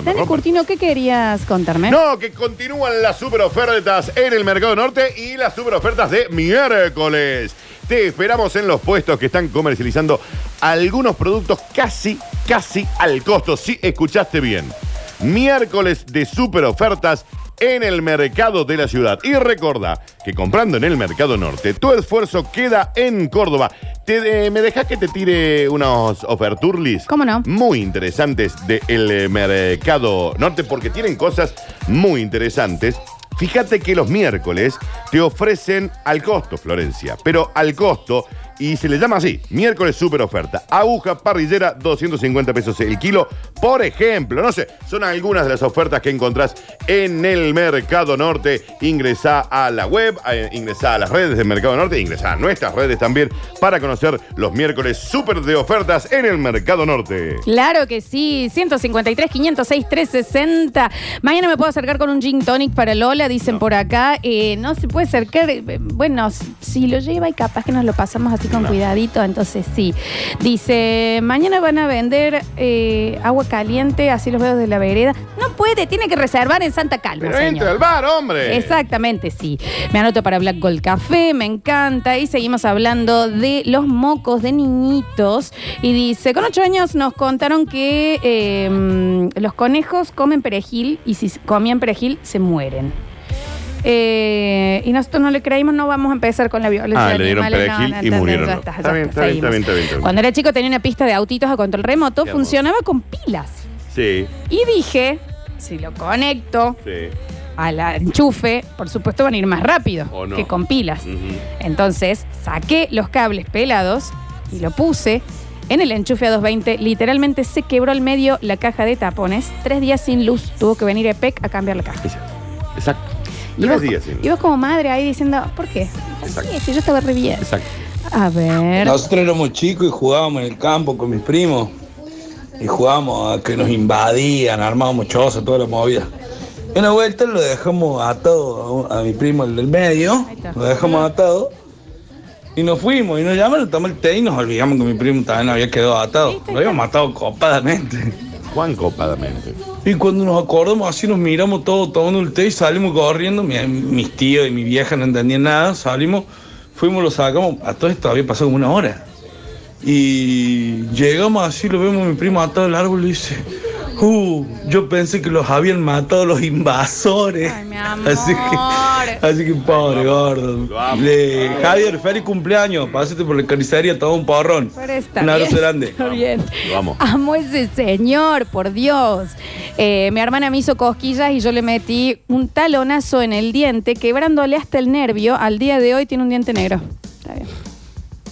me Dani rompan. Curtino, ¿qué querías contarme? No, que continúan las super ofertas en el Mercado Norte y las super ofertas de miércoles. Te esperamos en los puestos que están comercializando algunos productos casi, casi al costo. Si escuchaste bien. Miércoles de super ofertas en el mercado de la ciudad. Y recuerda que comprando en el mercado norte, tu esfuerzo queda en Córdoba. Te, eh, ¿Me dejas que te tire unos oferturlis? ¿Cómo no? muy interesantes del eh, mercado norte porque tienen cosas muy interesantes. Fíjate que los miércoles te ofrecen al costo, Florencia, pero al costo y se le llama así, miércoles super oferta. Aguja parrillera, 250 pesos el kilo, por ejemplo. No sé, son algunas de las ofertas que encontrás en el Mercado Norte. Ingresá a la web, eh, ingresá a las redes del Mercado Norte, ingresá a nuestras redes también para conocer los miércoles super de ofertas en el Mercado Norte. Claro que sí, 153, 506, 360. Mañana me puedo acercar con un gin tonic para Lola, dicen por acá. Eh, no se puede acercar. eh, Bueno, si lo lleva y capaz que nos lo pasamos así con cuidadito, entonces sí. Dice, mañana van a vender eh, agua caliente, así los veo de la vereda. No puede, tiene que reservar en Santa Calma. Pero señor. entra al bar, hombre. Exactamente, sí. Me anoto para Black Gold Café, me encanta. Y seguimos hablando de los mocos de niñitos. Y dice, con ocho años nos contaron que eh, los conejos comen perejil y si comían perejil se mueren. Eh, y nosotros no le creímos, no vamos a empezar con la violencia. Ah, le dieron animal, no, perejil no, y entendés, murieron. ya está, ya Está bien, está, está bien, seguimos. está bien, está bien, está bien. Cuando era chico tenía una pista de autitos a control remoto, Qué hermoso. funcionaba con pilas. Sí, Y dije, si lo conecto sí. a la enchufe, por supuesto van a ir más rápido O no. que con pilas. Ujú. Entonces saqué los cables pelados y lo puse en el enchufe a 220. Literalmente se quebró al medio la caja de tapones. Tres días sin luz. Tuvo que venir EPEC a cambiar la caja. Exacto. Y Tres vos, días, sí. y vos como madre ahí diciendo, ¿por qué? Exacto. Sí, es que yo estaba re bien. Exacto. A ver. Nosotros éramos chicos y jugábamos en el campo con mis primos. Y jugábamos a que nos invadían, armábamos chozas, toda la movida. Y una vuelta lo dejamos atado a un- a, mi primo, el del medio. Ahí está. Lo dejamos atado. Y nos fuimos. Y nos llamaron, tomamos el té y nos olvidamos que mi primo también había quedado atado. Lo habíamos atado copadamente. Juan copadamente. Y cuando nos acordamos así nos miramos todos tomando el té y salimos corriendo. Mi- mis tíos y mi vieja no entendían nada. Salimos, fuimos, lo sacamos. A todo esto había pasado como una hora. Y llegamos así, lo vemos a mi primo atado al árbol y le dice, Uh, yo pensé que los habían matado los invasores. Ay, mi amor. Así que, así que pobre gordo. Le- Javier, feliz cumpleaños. Pásate por la carnicería, toma un porrón. Pero está un abrazo bien, grande. está bien. Vamos. Amo ese señor, por Dios. Eh, mi hermana me hizo cosquillas y yo le metí un talonazo en el diente, quebrándole hasta el nervio. Al día de hoy tiene un diente negro. Está bien.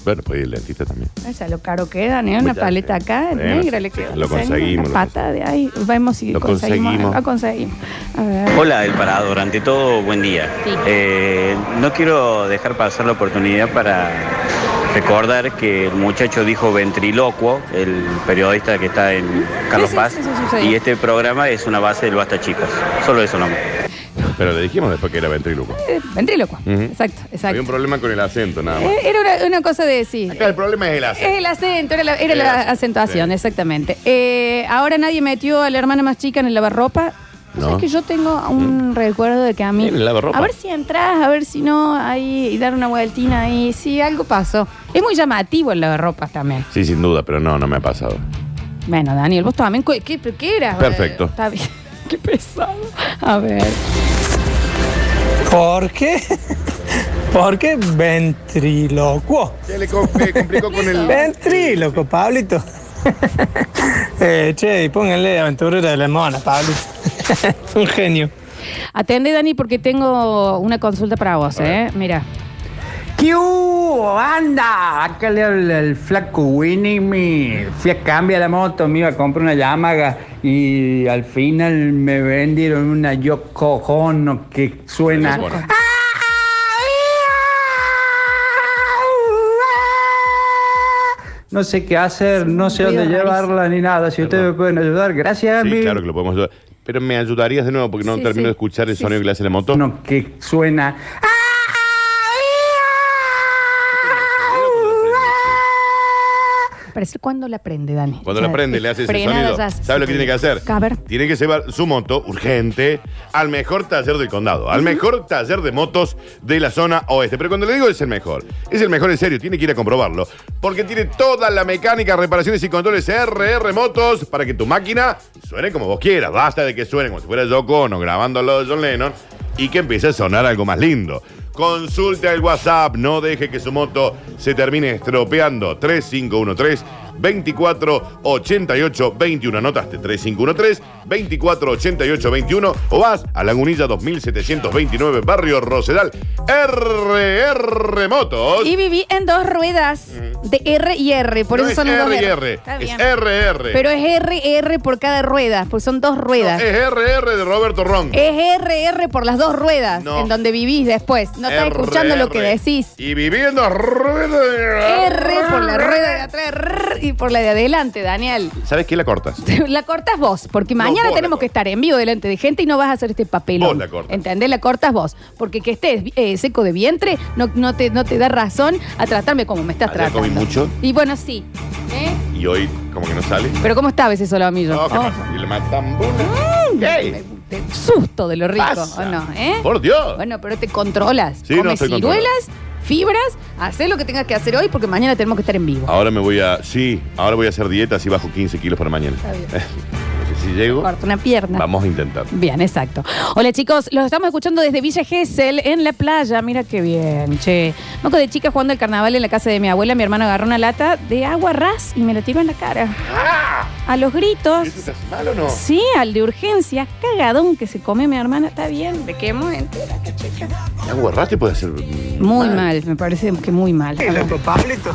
Bueno, pues el dentista también. Esa lo caro queda, ¿no? Una Ya, paleta acá, eh. bueno, negra sí, le queda. lo conseguimos, Una lo pata de ahí. Vemos si Lo conseguimos. conseguimos. Lo conseguimos. A ver. Hola, El Parador. Ante todo, buen día. Sí. Eh, no quiero dejar pasar la oportunidad para recordar que el muchacho dijo ventriloquo, el periodista que está en Carlos Sí, sí, Paz, sí, eso sucedió. y este programa es una base del Basta Chicos. Solo eso nomás. Pero le dijimos después que era ventríloco. Eh, Ventrílocua. Ujú. Exacto, Había exacto. un problema con el acento, nada más. Eh, Era una, una cosa de decir. Acá el problema es el acento. Es el acento, era la, era El la acento, acentuación, sí. exactamente. Eh, ahora nadie metió a la hermana más chica en el lavarropa. O sea, No. es que yo tengo un recuerdo de que a mí. En el lavarropa. A ver si entras, a ver si no, ahí, y dar una vueltina ahí. Sí, algo pasó. Es muy llamativo el lavarropas también. Sí, sin duda, pero no, no me ha pasado. Bueno, Daniel, vos también. ¿Qué, qué, qué eras? Perfecto. Eh, Está bien. Qué pesado. A ver. ¿Por qué? ¿Por qué ventriloquio? Se le com- le complicó con el. Ventriloquio, Pablito. Eh, che, y pónganle aventurera de la mona, Pablito. Un genio. Atende, Dani, porque tengo una consulta para vos, ¿eh? Mira. ¿Qué hubo, anda? Acá le habla el flaco Winnie, me fui a cambiar la moto, me iba a comprar una Yamaha y al final me vendieron una yo cojono que suena... ¡Ah, Bueno. ah! No sé qué hacer, no sé ruido dónde rarísimo. llevarla ni nada. Si ustedes me pueden ayudar, gracias. Sí, mi- claro que lo podemos ayudar. Pero me ayudarías de nuevo porque no Sí, termino sí. de escuchar el Sí, sonido sí. que le hace la moto. Uno que suena. Parece cuando la prende, Dani. Cuando Ya, la prende, eh, le hace ese frenada sonido. ya, ¿Sabe lo que tiene que hacer? A ver. Tiene que llevar su moto urgente al mejor taller del condado, al mejor taller de motos de la zona oeste. Pero cuando le digo es el mejor, es el mejor en serio, tiene que ir a comprobarlo. Porque tiene toda la mecánica, reparaciones y controles RR Motos para que tu máquina suene como vos quieras. Basta de que suene como si fuera Yoko Ono grabando al lado de John Lennon y que empiece a sonar algo más lindo. Consulta el WhatsApp, no deje que su moto se termine estropeando. 3513 2488 21. Anotaste 3513 2488 21 o vas a Lagunilla 2729, Barrio Rosedal, RR Motos. Y viví en dos ruedas de R y R. Por Mm. No eso es son los dos R y R. R, Está es bien. RR. Pero es RR por cada rueda, porque son dos No, ruedas. es RR de Roberto Ron. es RR por las dos ruedas No. en donde vivís después. No estás escuchando lo que RR. decís. Er. Y viviendo. R por la rueda de atrás rrr, y por la de adelante, Daniel. ¿Sabes qué la cortas? La cortas vos, porque No, mañana vos la tenemos que cortas. estar en vivo delante de gente y no vas a hacer este papel. Vos la cortas. ¿Entendés? La cortas vos. Porque que estés eh, seco de vientre no, no, te, no te da razón a tratarme como me estás Ayer tratando. comí mucho. Y bueno, sí. ¿Eh? Y hoy, como que no sale. Pero ¿cómo estaba ese solomillo? No, ¿qué Oh, pasa? Y le matan bola. ¿Qué? te- susto de lo rico, pasa? ¿o no? ¿Eh? Por Dios. Bueno, pero te controlas. Sí, no Comes estoy controlado. ciruelas, fibras, haces lo que tengas que hacer hoy porque mañana tenemos que estar en vivo. Ahora me voy a. Sí, ahora voy a hacer dieta así bajo 15 kilos para mañana. Está bien. si llego, Corta una pierna. vamos a intentar. Bien, exacto. Hola chicos, los estamos escuchando desde Villa Gesell en la playa. Mira qué bien, che. Moco de chica jugando al carnaval en la casa de mi abuela. Mi hermano agarró una lata de agua ras y me la tiró en la cara. A los gritos. ¡Ah! ¿Eso te hace mal o no? Sí, al de urgencia. Cagadón que se come mi hermana. Está bien, me quemo entera, qué chica. El agua ras te puede hacer. Muy mal, me parece que muy mal. A ver. Pablito.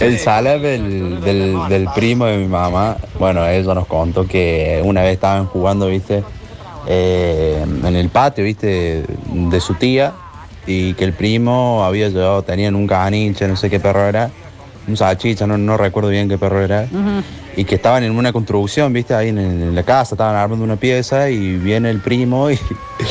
El salame del, del- del primo de mi mamá, bueno, ella nos contó que una vez estaban jugando, viste, Eh, en el patio, viste, de su tía, y que el primo había llevado, tenían un caniche, no sé qué perro era, un salchicha, no, no recuerdo bien qué perro era, Ujú. y que estaban en una construcción, viste, ahí en, en la casa, estaban armando una pieza, y viene el primo y,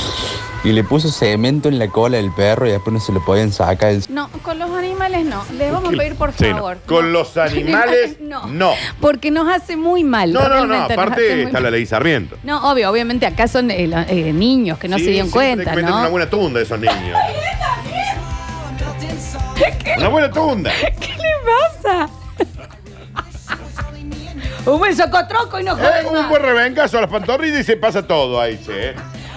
y le puso cemento en la cola del perro, y después no se lo podían sacar. El... No, con los animales no. Les vamos a pedir por Sí, no. favor. Con No. los animales, no. No, Porque nos hace muy mal. no, no. realmente nos hace Aparte muy está mal. la ley Sarmiento. No, obvio, obviamente acá son eh, la- eh, niños que no Sí, se dieron siempre cuenta, que meten ¿no? una buena tunda a esos niños. una buena tunda. ¿Qué le pasa? Un buen socotroco y no Eh, joden un más. buen rebencazo a las pantorrillas y se pasa todo ahí, che. eh.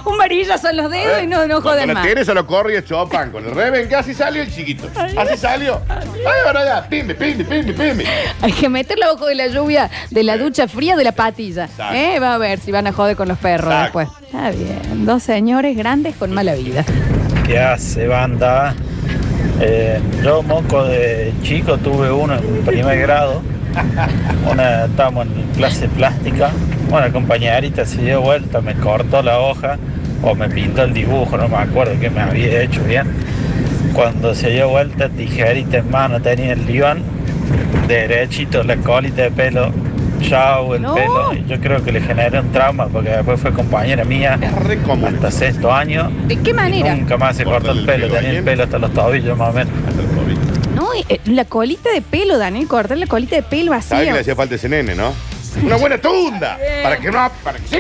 Un varillazo en los dedos y no, no Cuando joden la más. tienes a lo corre y chopan con el rebencazo y salió el chiquito. Así salió. Ay, ahora ya. Pimbe, pimbe, pimbe, pimbe. Hay que meterla bajo de la lluvia, de la ducha fría, de la patilla. Exacto. ¿Eh? Va a ver si van a joder con los perros Exacto. después. Está bien. Dos señores grandes con mala vida. ¿Qué hace, banda? Eh, yo, moco de chico, tuve uno en primer grado. Una, estábamos en clase plástica. Una compañerita se dio vuelta, me cortó la hoja o me pintó el dibujo, no me acuerdo que me había hecho bien. Cuando se dio vuelta, tijerita en mano, tenía el guión derechito, la colita de pelo. Chau, el No. pelo. Y Yo creo que le generé un trauma porque después fue compañera mía hasta sexto año. ¿De qué manera? Nunca más se cortó el pelo, tenía el pelo hasta los tobillos más o menos. No, eh, la colita de pelo, Daniel, cortar la colita de pelo así. ¿Sabes que le hacía falta ese nene, no? Una buena tunda. Para que no. Para que sí.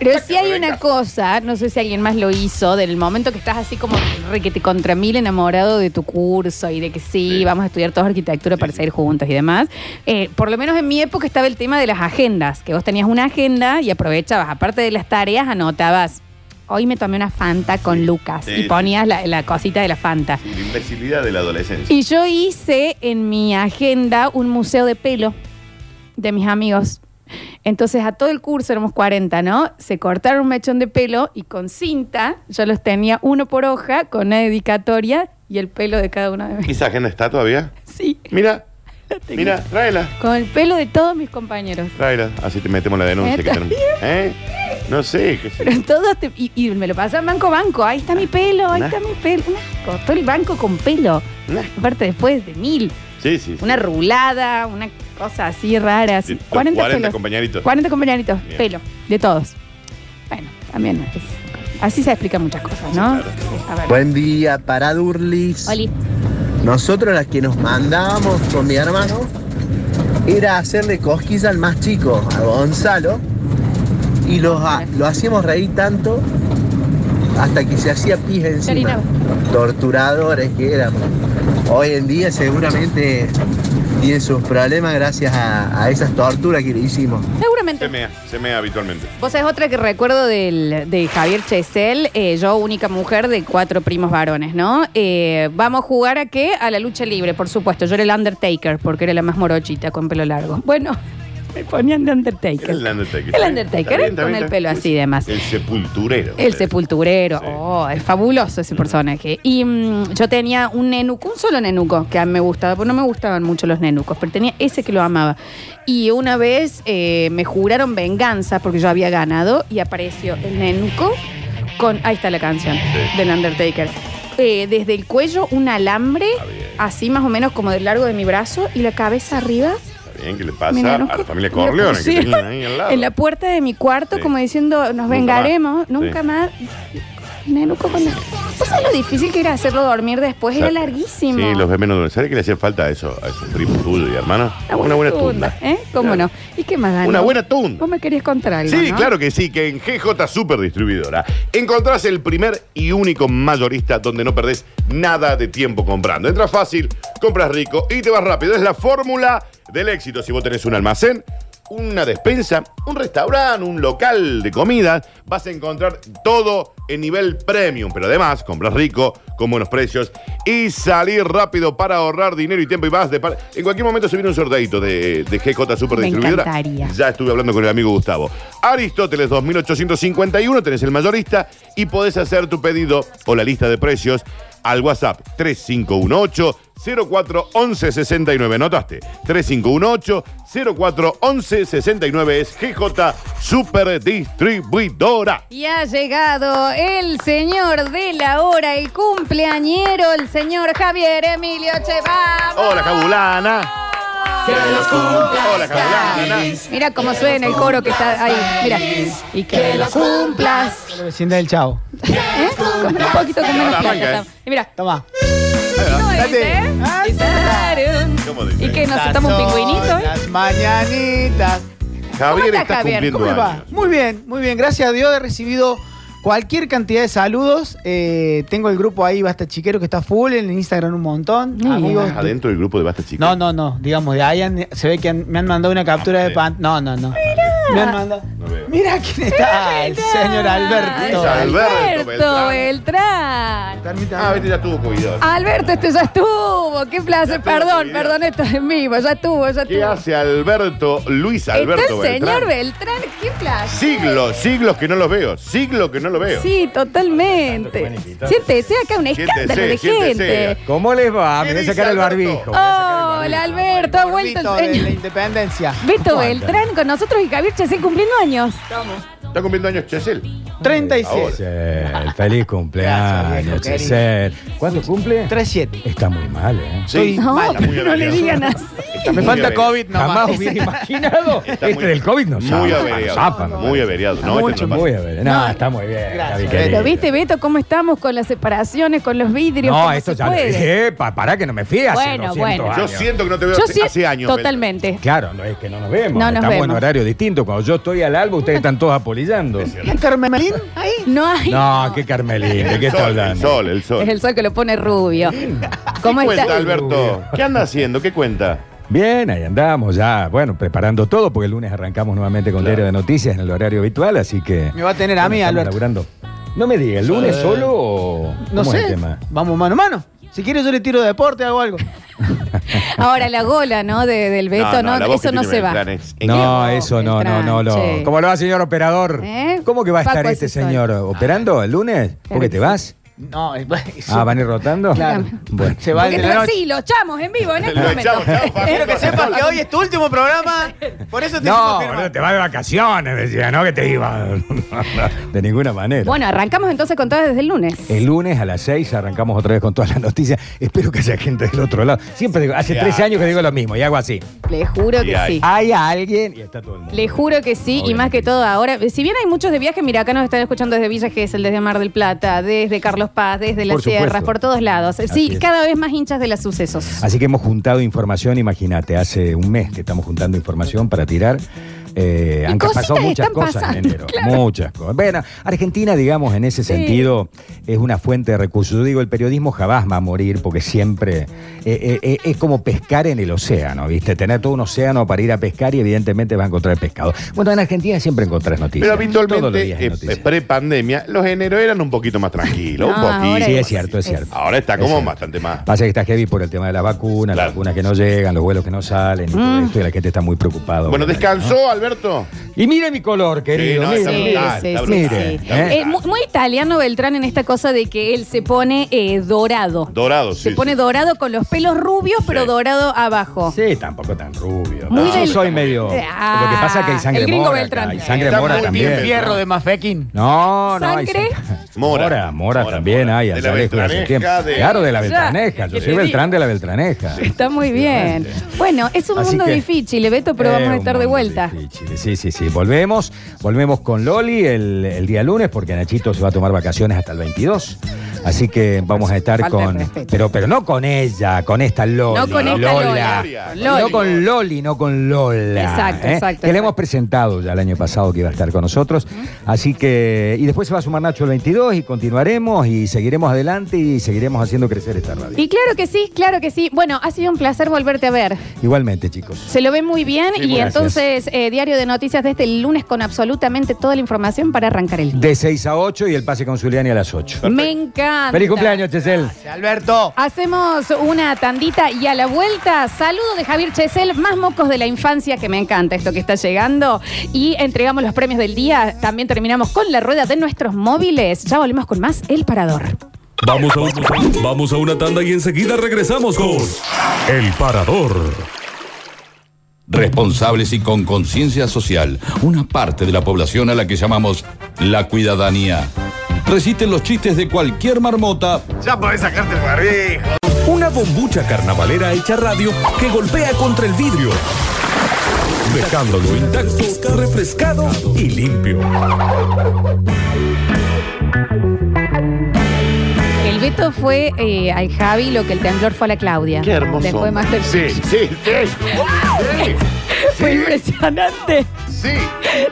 Pero si hay una cosa, no sé si alguien más lo hizo, del momento que estás así como requete contra mil enamorado de tu curso y de que sí, vamos a estudiar todos arquitectura para seguir juntos y demás. eh, por lo menos en mi época estaba el tema de las agendas, que vos tenías una agenda y aprovechabas, aparte de las tareas, anotabas. Hoy me tomé una Fanta con Lucas Sí, y sí. ponías la, la cosita de la Fanta. La imbecilidad de la adolescencia. Y yo hice en mi agenda un museo de pelo de mis amigos. Entonces a todo el curso, éramos 40, ¿no? Se cortaron un mechón de pelo y con cinta yo los tenía uno por hoja con una dedicatoria y el pelo de cada uno de mí. ¿Esa agenda está todavía? Sí. Mira, mira, tráela. Con el pelo de todos mis compañeros. Tráela. Así te metemos la denuncia que Está tenemos. ¿Eh? No sé. qué sé yo. Pero todos te- y, y me lo pasan banco a banco. Ahí está mi pelo, ahí Nah. está mi pelo. Un asco, todo el banco con pelo. Aparte después de mil. Sí, sí. sí. Una rulada, una cosa así rara. Así. 40, 40 pelos. compañeritos. 40 compañeritos, Bien. pelo, de todos. Bueno, también es- Así se explican muchas cosas, ¿no? A ver. Buen día para Durlis. Oli. Nosotros las que nos mandábamos con mi hermano era hacerle cosquillas al más chico, a Gonzalo, y los ha- lo hacíamos reír tanto hasta que se hacía pija encima. Torturadores que éramos. Hoy en día seguramente tienen sus problemas gracias a, a esas torturas que le hicimos. Seguramente. Se mea, se mea habitualmente. Vos sabés otra que recuerdo del- de Javier Chesel, eh, yo única mujer de cuatro primos varones, ¿no? Eh, vamos a jugar a qué? A la lucha libre, por supuesto. Yo era el Undertaker, porque era la más morochita con pelo largo. Bueno, me ponían de Undertaker. El Undertaker. El Undertaker, Está bien, está con bien, el está pelo bien. así y demás. El sepulturero. El sepulturero, oh, es fabuloso ese personaje. Y mm, yo tenía un nenuco, un solo nenuco, que a mí me gustaba, porque no me gustaban mucho los nenucos, pero tenía ese que lo amaba. Y una vez eh, me juraron venganza porque yo había ganado y apareció el nenuco con, ahí está la canción del Undertaker. Eh, desde el cuello un alambre, así más o menos como del largo de mi brazo, y la cabeza arriba Está bien, ¿qué le Me pasa ganó a la familia Corleone que pusieron tenían ahí al lado? en la puerta de mi cuarto, Sí. como diciendo, nos más. vengaremos, Sí. nunca más. Nenuco con la... ¿Vos sabés lo difícil que era hacerlo dormir después? Era Sa- larguísimo. Sí, los ve menos de ¿Sabes que le hacía falta a eso? A esos primos tuyos y hermanos. Una buena tunda. ¿Eh? ¿Cómo no? ¿Y qué más, Dani? Una buena tunda. Vos me querías contar algo, Sí, ¿no? claro que sí, que en GJ Super Distribuidora encontrás el primer y único mayorista donde no perdés nada de tiempo comprando. Entras fácil, compras rico y te vas rápido. Es la fórmula del éxito. Si vos tenés un almacén, una despensa, un restaurante, un local de comida, vas a encontrar todo en nivel premium. Pero además, compras rico, con buenos precios y salir rápido para ahorrar dinero y tiempo. Y vas de par- En cualquier momento se viene un sorteito de, de GJ Super Me Distribuidora. encantaría. Ya estuve hablando con el amigo Gustavo. Aristóteles 2851, tenés el mayorista y podés hacer tu pedido o la lista de precios al WhatsApp 3518 0411 69. ¿Notaste? 3518 0411 69 es GJ Super Distribuidora. Y ha llegado el señor de la hora, el cumpleañero, el señor Javier Emilio Cheva. Hola, Cabulana. Hola, Cabulana. Mira cómo suena el coro que está ahí. Mira. Y que lo cumplas. La vecindad del chavo. ¿Eh? Con un poquito con menos plata. estamos. ¿eh? Y mira. Toma. No es, ¿eh? Y sonaron. Y que nos sentamos un pingüinito. ¿eh? Las mañanitas. Javier ¿Cómo está Javier? cumpliendo ¿Cómo le va? años. Muy bien, muy bien. Gracias a Dios he recibido Cualquier cantidad de saludos. eh, tengo el grupo ahí, Basta Chiquero, que está full. En Instagram un montón. Amigos, ¿Estás adentro del grupo de Basta Chico? No, no, no. Digamos, de ahí han- se ve que han- me han mandado una captura de pan. No, no, no. Me han mandado. Mira quién está. El señor Alberto. Es Alberto Alberto Beltrán. Ah, viste, ya estuvo cuidado. Alberto, este ya estuvo. Qué placer. Perdón, perdón, esto es vivo. Ya estuvo, ya ¿Qué estuvo. hace Alberto, Luis Alberto Está el señor Beltrán? Beltrán. Qué placer. Siglos, siglos que no los veo, siglos que no lo veo. Sí, totalmente. Siéntese acá, un escándalo de gente. ¿Cómo les va? Me ¿Qué voy a dice sacar el barbijo. Alberto? Hola, Alberto, ha vuelto Vito el de la señor. independencia. Beto Beltrán con nosotros y Javier Chesel cumpliendo años. Está cumpliendo años Chesel. 36. Chesel, feliz cumpleaños, Gracias, viejo Chesel. ¿Cuánto cumple? 3-7. Está muy mal, ¿eh? Sí, No, mal, pero no le digan así. Me falta COVID nomás. Jamás hubiera imaginado. este muy- del COVID no Muy zapa, averiado. zapa, no. muy averiado. No, Mucho, este no muy pasa. averiado. No, está muy bien. está bien, querido. Pero viste, Beto, cómo estamos con las separaciones, con los vidrios. No, cómo esto se ya lo puede. dije. Pa- Pará que no me fui hace Bueno, 200 bueno. Yo años. siento que no te veo Yo hace, sí, hace años. totalmente. Claro, no es que no nos vemos. No nos Estamos en vemos. horarios distintos. Cuando yo estoy al alba, ustedes están todos apolillando. ¿Qué Carmelín? Ahí. No hay. No, qué Carmelín, ¿de qué está hablando? El sol, el Es sol. el sol que lo pone rubio. ¿Cómo ¿Qué está? cuenta, Alberto? ¿Qué anda haciendo? ¿Qué cuenta? Bien, ahí andamos ya, bueno, preparando todo, porque el lunes arrancamos nuevamente con Diario de Noticias en el horario habitual, así que... Me va a tener a mí, Estamos Alberto. laburando. No me diga, ¿el lunes Eh, solo o No cómo es sé. el tema? Vamos mano a mano. Si quieres yo le tiro de deporte, hago algo. Ahora la gola, ¿no? De- del Beto, no, la voz eso que no tiene se va. Beltrán es- No, eso no, no, no, che. no. ¿Cómo lo va, señor operador? ¿Eh? ¿Cómo que va a Paco estar este Asesor. señor operando el lunes? ¿Por qué te vas? No, es- Ah, ¿van a ir rotando? Claro. Bueno. Se va el Porque de la está noche. así, lo echamos en vivo en este Lo momento. echamos, chao, Facu. Quiero que sepas que hoy es tu último programa. Por eso te No, hicimos firmar. boludo, te vas de vacaciones, decía, no que te iba. de ninguna manera. Bueno, arrancamos entonces con todas desde el lunes. El lunes a las 6 arrancamos otra vez con todas las noticias. Espero que haya gente del otro lado. Siempre digo, hace Ya. 13 años que digo lo mismo y hago así. Le juro que sí. Hay alguien y está todo el mundo. Le juro que sí, y más que todo ahora, si bien hay muchos de viaje, mira, acá nos están escuchando desde Villa Gesell, desde Mar del Plata, desde Carlos Paz, desde las Por supuesto. sierras, por todos lados. Sí, Así es. cada vez más hinchas de los sucesos. Así que hemos juntado información, imagínate, hace un mes que estamos juntando información para tirar. Eh, Y han cositas pasado muchas están cosas en pasando, enero. claro. Muchas cosas. Bueno, Argentina, digamos, en ese Sí. sentido, es una fuente de recursos. Yo digo, el periodismo jamás va a morir porque siempre eh, eh, eh, es como pescar en el océano, ¿viste? Tener todo un océano para ir a pescar y evidentemente vas a encontrar pescado. Bueno, en Argentina siempre encontrás noticias. Pero Todos los días habitualmente, hay eh, noticias. pre-pandemia, los eneros eran un poquito más tranquilos, un Ah, ahora poquito. Sí, es cierto, es cierto. Ahora está Es como cierto. bastante más. Pasa que está heavy por el tema de las vacunas, las vacunas que no llegan, los vuelos que no salen y todo Mm. esto, y la gente está muy preocupada. Bueno, obviamente, descansó, Alberto. Y mire mi color, querido. no, está mire, brutal, mire, está mire, brutal, está ¿eh? Eh, muy, muy italiano Beltrán en esta cosa de que él se pone eh, dorado. Dorado, Se sí. pone dorado con los pelos rubios, pero dorado abajo. Sí, tampoco tan rubio. Muy Yo del- soy medio. Ah, lo que pasa es que hay sangre el gringo mora. acá, Beltrán. hay sangre Está mora muy también. bien fierro de Mafequín. No, no. hay ¿Sangre? sangre- Mora. Mora, también hay. De allá la lejos hace Beltraneja, tiempo. de- Claro, de la Ya, Beltraneja. que Yo te soy digo. Beltrán de la Beltraneja. Está muy bien. Bueno, es un Así mundo que- difícil, Beto, pero Eh, vamos a un estar de mundo vuelta. Chile. Sí, sí, sí. Volvemos. Volvemos con Loli el, el día lunes porque Nachito se va a tomar vacaciones hasta el 22. Así que vamos a estar Falta de con. respeto. Pero, pero no con ella, con esta Loli. No con esta Lola. Lola. No Con Loli. con Loli, no con Lola. Exacto, ¿eh? exacto, Que le hemos presentado ya el año pasado que iba a estar con nosotros. Así que. Y después se va a sumar Nacho el 22 y continuaremos y seguiremos adelante y seguiremos haciendo crecer esta radio. Y claro que sí, claro que sí. Bueno, ha sido un placer volverte a ver. Igualmente, chicos. Se lo ve muy bien Sí, y gracias. entonces eh, diario de noticias desde el lunes con absolutamente toda la información para arrancar el día. De 6 a 8 y el pase con Zuliani a las 8. Me encanta. ¡Feliz cumpleaños, Chesel! Alberto. Hacemos una tandita y a la vuelta saludo de Javier Chesel, más mocos de la infancia, que me encanta esto que está llegando. Y entregamos los premios del día. También terminamos con la rueda de nuestros móviles. Ya volvemos con más El Parador. Vamos a, vamos a una tanda y enseguida regresamos con El Parador. Responsables y con conciencia social, una parte de la población a la que llamamos la cuidadanía. Resisten los chistes de cualquier marmota. Ya podés sacarte el barbijo. Una bombucha carnavalera hecha radio que golpea contra el vidrio, dejándolo intacto, refrescado y limpio. El Beto fue eh, al Javi lo que el temblor fue a la Claudia. Qué hermoso. Después de Masterchef. Sí, sí, sí. Fue impresionante. sí.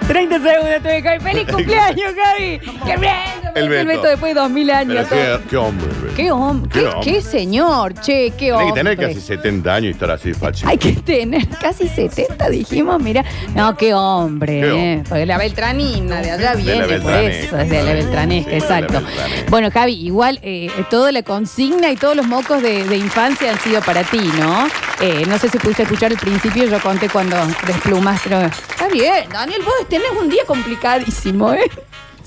30 segundos tuve que ¡Feliz cumpleaños, Gaby! ¡Qué bien! El Beto. después de 2000 años. Pero qué, qué hombre, el Beto. ¿Qué hombre? Qué ¿Qué, hombre. qué señor? Che, qué Tiene que hombre. tener casi 70 años y estar así, Pachi. Hay que tener casi 70, dijimos, mira. No, qué hombre, Qué eh. Porque la Beltranina de De la allá viene, por Beltranesca. eso, es de la Beltranesca, Sí, exacto. de la Beltranesca. Bueno, Javi, igual eh, toda la consigna y todos los mocos de, de infancia han sido para ti, ¿no? Eh, no sé si pudiste escuchar el principio, yo conté cuando desplumaste. lo- Está bien, Daniel, vos tenés un día complicadísimo, ¿eh?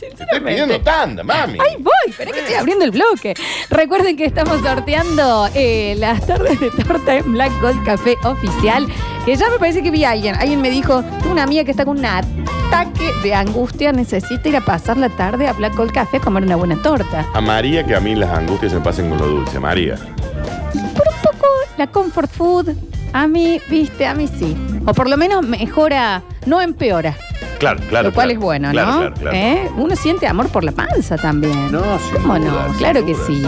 Estoy pidiendo tanda, mami. Ahí voy, pero es que estoy abriendo el bloque. Recuerden que estamos sorteando eh, las tardes de torta en Black Gold Café oficial. Que ya me parece que vi a alguien. Alguien me dijo, tengo una amiga que está con un ataque de angustia, necesita ir a pasar la tarde a Black Gold Café a comer una buena torta. A María que a mí las angustias se me pasen con lo dulce, María. poco la comfort food. A mí, viste, a mí sí. O por lo menos mejora, no empeora. Claro, claro. lo cual claro. es bueno, Claro, ¿no? Claro, claro. ¿Eh? Uno siente amor por la panza también. No, ¿Cómo duda, no? sin Claro que duda, sí.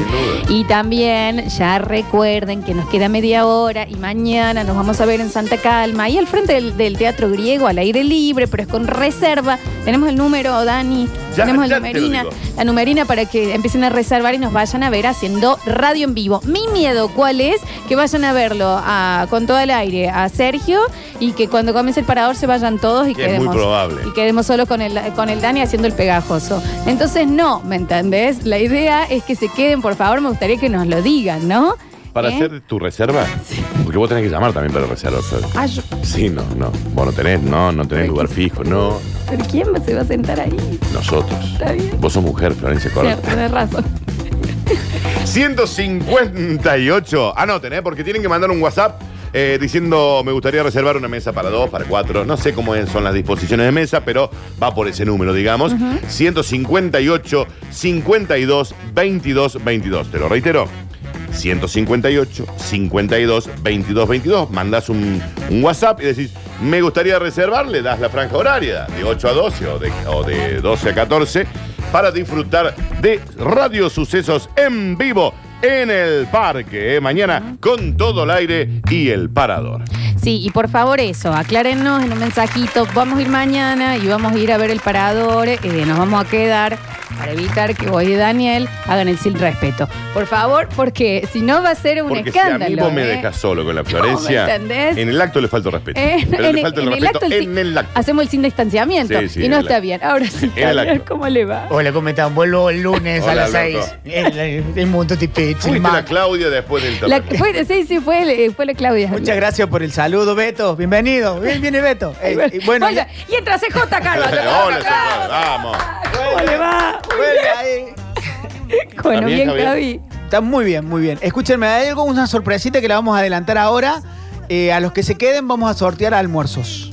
Y también ya recuerden que nos queda media hora y mañana nos vamos a ver en Santa Calma, ahí al frente del, del Teatro Griego, al aire libre, pero es con reserva. Tenemos el número, Dani. Ya, tenemos ya la te lo numerina. digo. La numerina para que empiecen a reservar y nos vayan a ver haciendo radio en vivo. Mi miedo, ¿cuál es? Que vayan a verlo a- con todo el aire a Sergio y que cuando comience el parador se vayan todos y Que es muy quedemos. probable. Y quedemos solo con el, con el Dani haciendo el pegajoso. Entonces, no, ¿me entendés? La idea es que se queden, por favor, me gustaría que nos lo digan, ¿no? Para ¿Eh? hacer tu reserva, porque vos tenés que llamar también para reservar. ¿sabes? Ah, yo- Sí, no, no. Vos no tenés, no, no tenés lugar fijo, no. ¿Pero quién se va a sentar ahí? Nosotros. Está bien. Vos sos mujer, Florencia Correa. Cierto, tenés razón. 158. Anoten, ¿eh? Porque tienen que mandar un WhatsApp eh, diciendo me gustaría reservar una mesa para dos, para cuatro. No sé cómo es- son las disposiciones de mesa, pero va por ese número, digamos. 158, 52, 22, 22. Te lo reitero. 158, 52, 22, 22. Mandas un, un WhatsApp y decís, me gustaría reservar, le das la franja horaria de 8 a 12 o de, o de 12 a 14 para disfrutar de Radio Sucesos en vivo en el parque. ¿eh? Mañana con todo el aire y el parador. Sí, y por favor eso, aclárennos en un mensajito. Vamos a ir mañana y vamos a ir a ver el parador. eh, nos vamos a quedar para evitar que vos y Daniel hagan el sin respeto. Por favor, porque si no va a ser un Porque escándalo. si a mí vos me ¿eh? dejas solo con la Florencia, ¿me entendés? en el acto le falta el respeto. Eh, Pero en le el- falta el, en el respeto acto el sí- en el acto. Hacemos el sin distanciamiento Sí, sí, y no en el está bien. Ahora sí, En el Javier, acto. ¿cómo le va? Hola, ¿cómo están? Vuelvo el lunes Hola, a las Alberto. 6. El, el- el mundo te picha, Fuiste hermano. la Claudia después del La- tabaco. fue- sí, sí, fue, eh, fue la Claudia. Muchas gracias por el saludo, Beto. Bienvenido. Bien, viene Beto. Eh, y bueno, Oiga, y entra CJ Carvalho. Hola, señor, vamos. ¿Cómo le va? vuelve ahí. Bueno, bien, Javi. Javi? Está muy bien, muy bien. Escúchenme, hay algo, una sorpresita que la vamos a adelantar ahora. Eh, a los que se queden vamos a sortear almuerzos.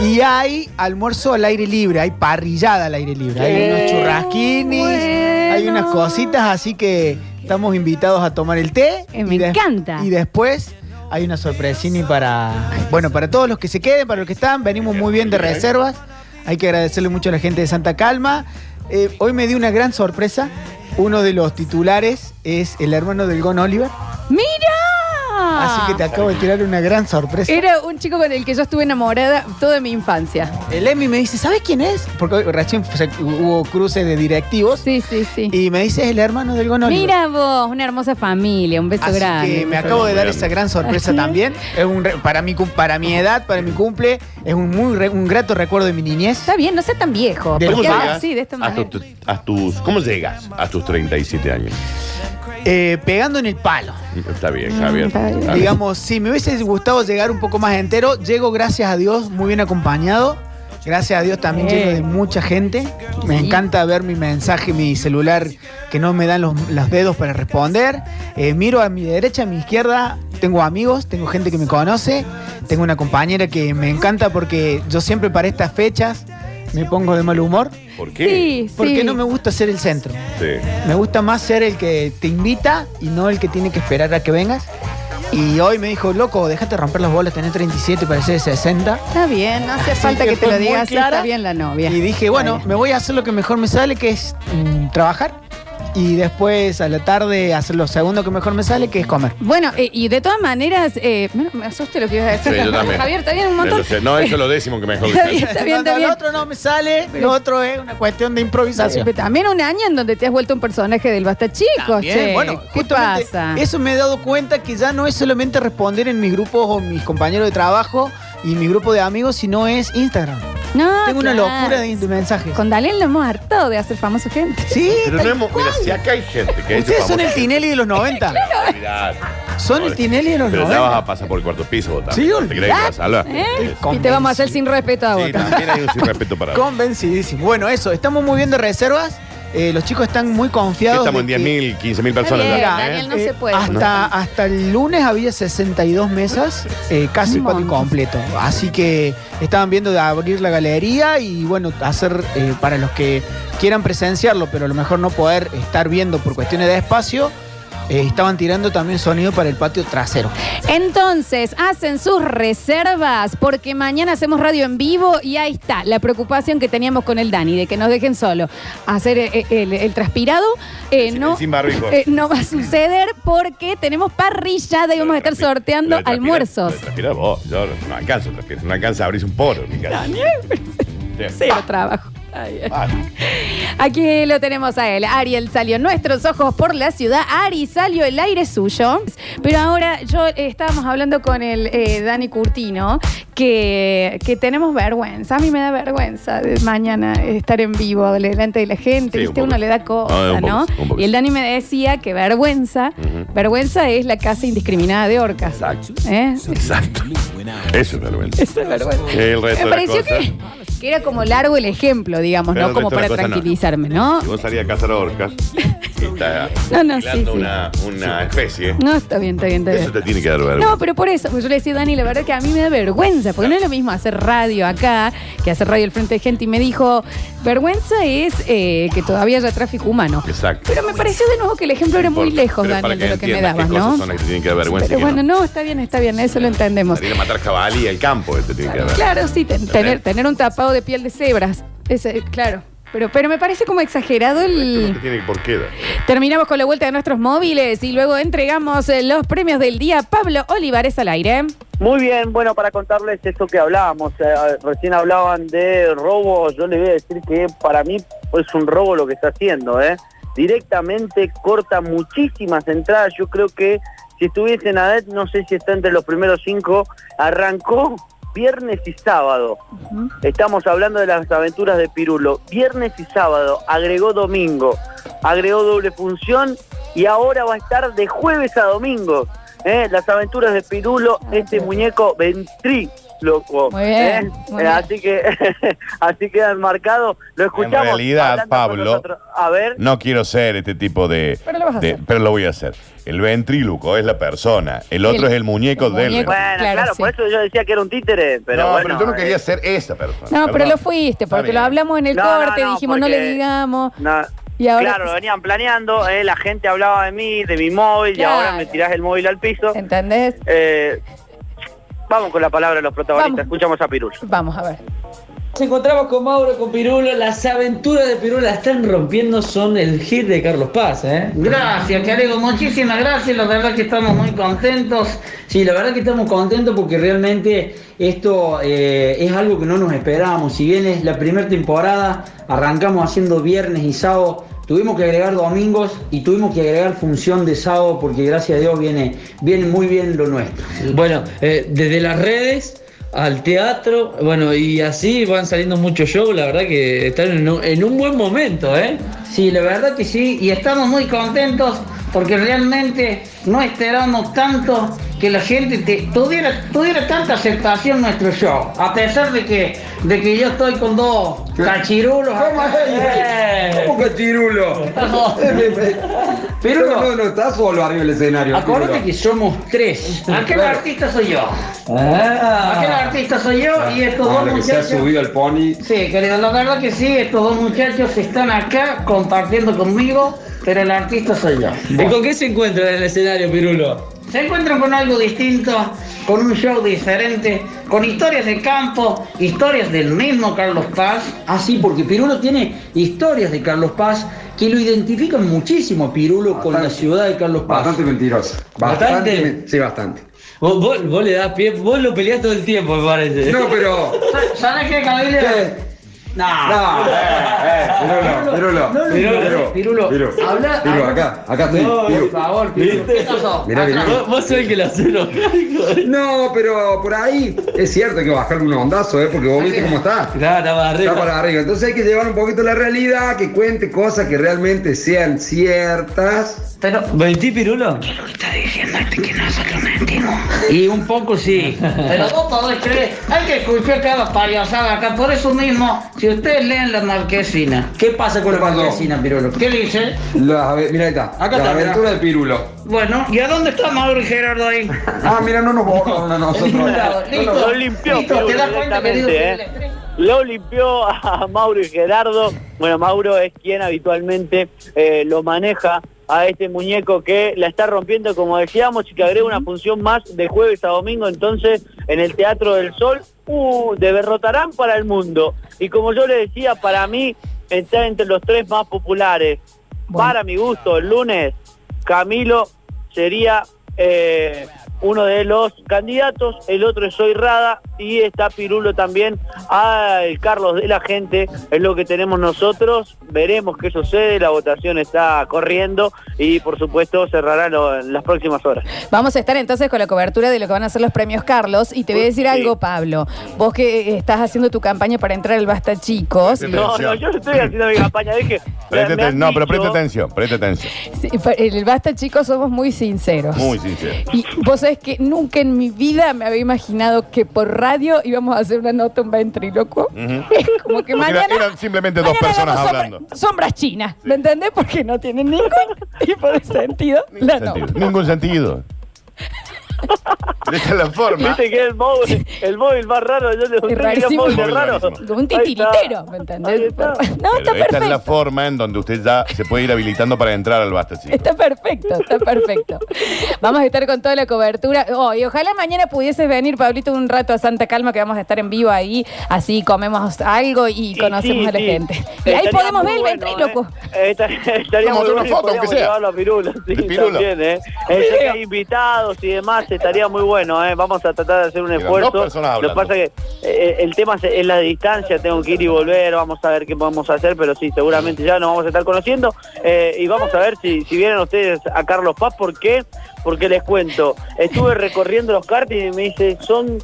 Y hay almuerzo al aire libre, hay parrillada al aire libre. Hay Qué unos churrasquinis, hay unas cositas, así que estamos invitados a tomar el té. Eh, me encanta. Y después hay una sorpresini para, bueno, para todos los que se queden, para los que están. Venimos muy bien de reservas. Hay que agradecerle mucho a la gente de Santa Calma. Eh, hoy me di una gran sorpresa. Uno de los titulares es el hermano del Gon Oliver. ¡Mira! Así que te acabo de tirar una gran sorpresa. Ah. Era un chico con el que yo estuve enamorada toda mi infancia. El Emi me dice, ¿sabes quién es? Porque hoy recién se- hubo cruces de directivos. Sí, sí, sí. Y me dice, es el hermano del Gon Oliver. Mira vos, una hermosa familia, un beso Así grande. que me acabo de dar esa gran sorpresa también. Es un re- para, mi, cum- para mi edad, para mi cumple, es un muy re- un grato recuerdo de mi niñez. Está bien, no sea tan viejo. Del porque lugar. ahora sí, de esta A, manera. tu- a tus, ¿Cómo llegas a tus 37 años? Eh, pegando en el palo. Está bien, Javier. Está bien. Digamos, si me hubiese gustado llegar un poco más entero, llego, gracias a Dios, muy bien acompañado. Gracias a Dios también Eh. llego de mucha gente. Me Sí. encanta ver mi mensaje, mi celular, que no me dan los, los dedos para responder. Eh, miro a mi derecha, a mi izquierda. Tengo amigos, tengo gente que me conoce. Tengo una compañera que me encanta porque yo siempre para estas fechas me pongo de mal humor. ¿Por Sí, Porque sí. no me gusta ser el centro. Sí. Me gusta más ser el que te invita y no el que tiene que esperar a que vengas. Y hoy me dijo, loco, déjate romper las bolas, tenés 37, parece de 60. Está bien, no hace Así falta que, que te fue lo muy digas. sí, clara. Está bien la novia. Y dije, bueno, me voy a hacer lo que mejor me sale, que es mm, trabajar. y después a la tarde hacer lo segundo que mejor me sale, que es comer. Bueno, eh, y de todas maneras, eh, bueno, me asuste lo que ibas a decir. Sí, yo también. Javier, está bien un montón. Entonces, no, eso es lo décimo que mejor Está dicho. bien, está bien, está Cuando bien. el otro no me sale, lo otro es una cuestión de improvisación. Pero también un año en donde te has vuelto un personaje del Basta Chicos, Bien, che. bueno, ¿qué justamente pasa? eso me he dado cuenta que ya no es solamente responder en mis grupos o mis compañeros de trabajo y mi grupo de amigos, sino es Instagram. No, Tengo una Ah, claro. locura de, de mensajes. Con Dalén lo hemos hartado de hacer famoso gente. Sí. Pero no hemos. Mira, si acá hay gente que es Ustedes son famosa- el Tinelli de los 90. Mirá. Son el Tinelli de los Pero ya 90. vas a pasar por el cuarto piso, vos Sí, también. ¿Te crees que vas a hablar? ¿Eh? Y te vamos a hacer sin respeto a vos. Sí, también hay un sin respeto para vos. Convencidísimo. Bueno, eso, estamos muy bien de reservas. Eh, los chicos están muy confiados. Estamos en de 10.000, 15.000 personas ya. Está bien, ¿eh? Daniel, no se puede. Hasta, hasta el lunes había 62 mesas, eh, casi para el completo. Así que estaban viendo de abrir la galería y bueno, hacer eh, para los que quieran presenciarlo, pero a lo mejor no poder estar viendo por cuestiones de espacio, eh, estaban tirando también sonido para el patio trasero. Entonces, hacen sus reservas porque mañana hacemos radio en vivo y ahí está la preocupación que teníamos con el Dani de que nos dejen solo hacer eh, el, el transpirado. eh, no, sin barbijo. eh, no va a suceder porque tenemos parrillada y vamos a estar sorteando Lo de transpirar- almuerzos. lo de Transpirar vos, yo no, no alcanzo a respirar, no alcanza a abrirse un poro en mi casa. Cero trabajo. Ay, eh. ay. Aquí lo tenemos a él. Ariel salió nuestros ojos por la ciudad. Ari salió el aire es suyo. Pero ahora yo eh, estábamos hablando con el eh, Dani Curtino que, que tenemos vergüenza. A mí me da vergüenza de mañana estar en vivo delante de la gente. Sí, un ¿viste? poco. Uno le da Ah, cosa, un poco, ¿no? un poco. Y el Dani me decía que vergüenza, vergüenza es la casa indiscriminada de orcas. ¿Eh? Exacto. Exacto. Eso es vergüenza. Eso es vergüenza. El resto Me de las pareció cosas. que, que era como largo el ejemplo, digamos, Pero ¿no? el Como resto de para las cosas no. tranquilizarme, ¿no? Si vos salís a cazar orcas y estás No, no, sí, alquilando sí. una, una especie, No, está bien, está bien, está bien. eso te tiene que dar vergüenza. No, pero por eso, pues yo le decía a Dani, la verdad que a mí me da vergüenza, porque no es lo mismo hacer radio acá que hacer radio al frente de gente. Y me dijo, vergüenza es eh, que todavía haya tráfico humano. Exacto. Pero me pareció de nuevo que el ejemplo era muy Importa, lejos, pero Dani, para de lo que me entiendas qué dabas, cosas ¿no? son las que te tienen que dar vergüenza. Pero y que bueno, no. no, está bien, está bien, eso lo entendemos. Salir a matar jabalí al campo, este tiene que dar vergüenza. Claro, sí, ten- tener, tener un tapado de piel de cebras. Ese, claro. Pero, pero me parece como exagerado el. No tiene por qué dar. Terminamos con la vuelta de nuestros móviles y luego entregamos eh, los premios del día. Pablo Olivares al aire. Muy bien, bueno, para contarles esto que hablábamos, eh, recién hablaban de robo, yo les voy a decir que para mí es un robo lo que está haciendo, ¿eh? Directamente corta muchísimas entradas, yo creo que si estuviese en ADET, no sé si está entre los primeros cinco, arrancó viernes y sábado, estamos hablando de las aventuras de Pirulo, viernes y sábado, agregó domingo, agregó doble función y ahora va a estar de jueves a domingo. ¿eh? Las aventuras de Pirulo, este muñeco ventrí, loco. Ah, Muy bien, ¿eh? Eh, muy bien. Así que así quedan marcados. Lo En escuchamos. realidad, hablando con Pablo, nosotros. A ver. no quiero ser este tipo de. Pero lo vas a de- hacer. pero lo voy a hacer. El ventríluco es la persona, el otro es el muñeco del. Bueno, claro, por eso yo decía que era un títere, pero no, bueno. pero yo no quería eh, ser esa persona. No, pero perdón. lo fuiste, Está porque bien. lo hablamos en el No, no, corte, no, dijimos, no porque- le digamos. no. Y ahora- Claro, lo venían planeando, eh, la gente hablaba de mí, de mi móvil, Claro. y ahora me tirás el móvil al piso. ¿Entendés? Eh, vamos con la palabra de los protagonistas, escuchamos a Pirul. Vamos a ver. Nos encontramos con Mauro, con Pirulo. Las aventuras de Pirulo la están rompiendo. Son el hit de Carlos Paz, ¿eh? Gracias, Carego, muchísimas gracias. La verdad que estamos muy contentos. Sí, la verdad que estamos contentos porque realmente esto eh, es algo que no nos esperábamos. Si bien es la primera temporada, arrancamos haciendo viernes y sábado. Tuvimos que agregar domingos y tuvimos que agregar función de sábado porque gracias a Dios viene, viene muy bien lo nuestro. Bueno, eh, desde las redes al teatro, bueno, y así van saliendo muchos shows, la verdad que están en un, en un buen momento, ¿eh? Sí, la verdad que sí, y estamos muy contentos porque realmente no esperamos tanto que la gente te- tuviera, tuviera tanta aceptación nuestro show. A pesar de que, de que yo estoy con dos cachirulos. Eh. acá. ¿Cómo cachirulo? Pero no, no está solo arriba del escenario. Acuérdate que somos tres. Aquel Claro. artista soy yo. Ah. Aquel artista soy yo y estos Ahora dos Ah, que se ha muchachos. subido al pony. Sí, querido, la verdad que sí, estos dos muchachos están acá compartiendo conmigo, pero el artista soy yo. ¿Y con qué se encuentra en el escenario, Pirulo? Se encuentran con algo distinto, con un show diferente, con historias de campo, Ah, historias del mismo Carlos Paz. Así, porque Pirulo tiene historias de Carlos Paz que lo identifican muchísimo a Pirulo con la ciudad de Carlos Paz. Bastante mentiroso. ¿Bastante? men- sí, bastante. Vos, vos- vos le das pie, vos lo peleás todo el tiempo, me parece. No, pero. ¿Sabes qué, Cabilia? No, No, eh, eh, Pirulo, Pirulo, no lo Pirulo, Pirulo, Pirulo, Habla- Pirulo, acá, acá estoy. No, Pirulo. por favor, Pirulo. ¿Viste? ¿Qué pasó? Mirá, Atrás. mirá. Vos- vos sos el que la hace enojar, No, pero por ahí es cierto que bajarle un ondazo, ¿eh? porque vos viste cómo está. está para arriba. Está para arriba. Entonces hay que llevar un poquito la realidad, que cuente cosas que realmente sean ciertas. Pero, ¿Mentí, Pirulo? este Y un poco sí. Pero vos podés creer, hay que escuchar cada payasada acá. Por eso mismo, si ustedes leen la marquesina, ¿qué pasa con la marquesina, Pirulo? ¿Qué dice? Las ave- mira, ahí está. la Acá está, mirá. aventura de Pirulo. Bueno, ¿y a dónde está Mauro y Gerardo ahí? Ah, mira, no nos borraron a nosotros. Listo, Lo limpió, listo, Pirulo, ¿te das cuenta, querido? directamente, ¿eh? Lo limpió a Mauro y Gerardo. Bueno, Mauro es quien habitualmente eh, lo maneja a este muñeco que la está rompiendo, como decíamos, y que agrega una función más de jueves a domingo, entonces, en el Teatro del Sol, uh, de Berrotarán para el mundo. Y como yo le decía, para mí, está entre los tres más populares. Para mi gusto, el lunes, Camilo sería eh, uno de los candidatos, el otro es Soy Rada y está Pirulo también al Carlos de la Gente, es lo que tenemos nosotros, veremos qué sucede, la votación está corriendo y por supuesto cerrará lo- en las próximas horas. Vamos a estar entonces con la cobertura de lo que van a ser los premios Carlos. Y te voy a decir algo, Pablo. Vos que eh, estás haciendo tu campaña para entrar al Basta Chicos. No, no, yo no estoy haciendo mi campaña, dije... Preste me han aten- no, pero dicho- preste atención, preste atención. Sí, pa- en el Basta Chicos somos muy sinceros. Muy sincero. Y vos sabés que nunca en mi vida me había imaginado que por radio íbamos a hacer una nota, un ventriloquio. Ujú. Como que Mm. Porque era- mañana... eran simplemente dos mañana personas hagamos sombra- hablando. sombras chinas, ¿me entendés? Porque no tienen ningún tipo de sentido la Sentido. nota. Ningún sentido. Esa es la forma. Viste que el móvil, el móvil más raro, yo le Es tenía un rarísimo. móvil raro. Un titiritero, ¿me entendés? Pero No, está esta es la perfecto. forma en donde usted ya se puede ir habilitando para entrar al Basta, chicos. Está perfecto, está perfecto. Vamos a estar con toda la cobertura. Oh, y ojalá mañana pudieses venir, Pablito, un rato a Santa Calma, que vamos a estar en vivo ahí. Así comemos algo y conocemos sí, a la sí. gente. Y ahí Estaría podemos muy ver el bueno, ventríloco. Eh, esta- Estaría muy Vamos a hacer bueno una si foto, podíamos aunque sea. llevarlo a Pirulo, sí, De Pirulo. también, ¿eh? Eh, ya que hay invitados y demás, estaría muy bueno, ¿eh? Vamos a tratar de hacer un Eran esfuerzo. dos personas Lo que hablando. pasa que eh, el tema es, es la distancia, tengo que ir y volver, vamos a ver qué podemos hacer, pero sí, seguramente ya nos vamos a estar conociendo eh, y vamos a ver si, si vienen ustedes a Carlos Paz, ¿por qué? Porque les cuento, estuve recorriendo los karting y me dice, son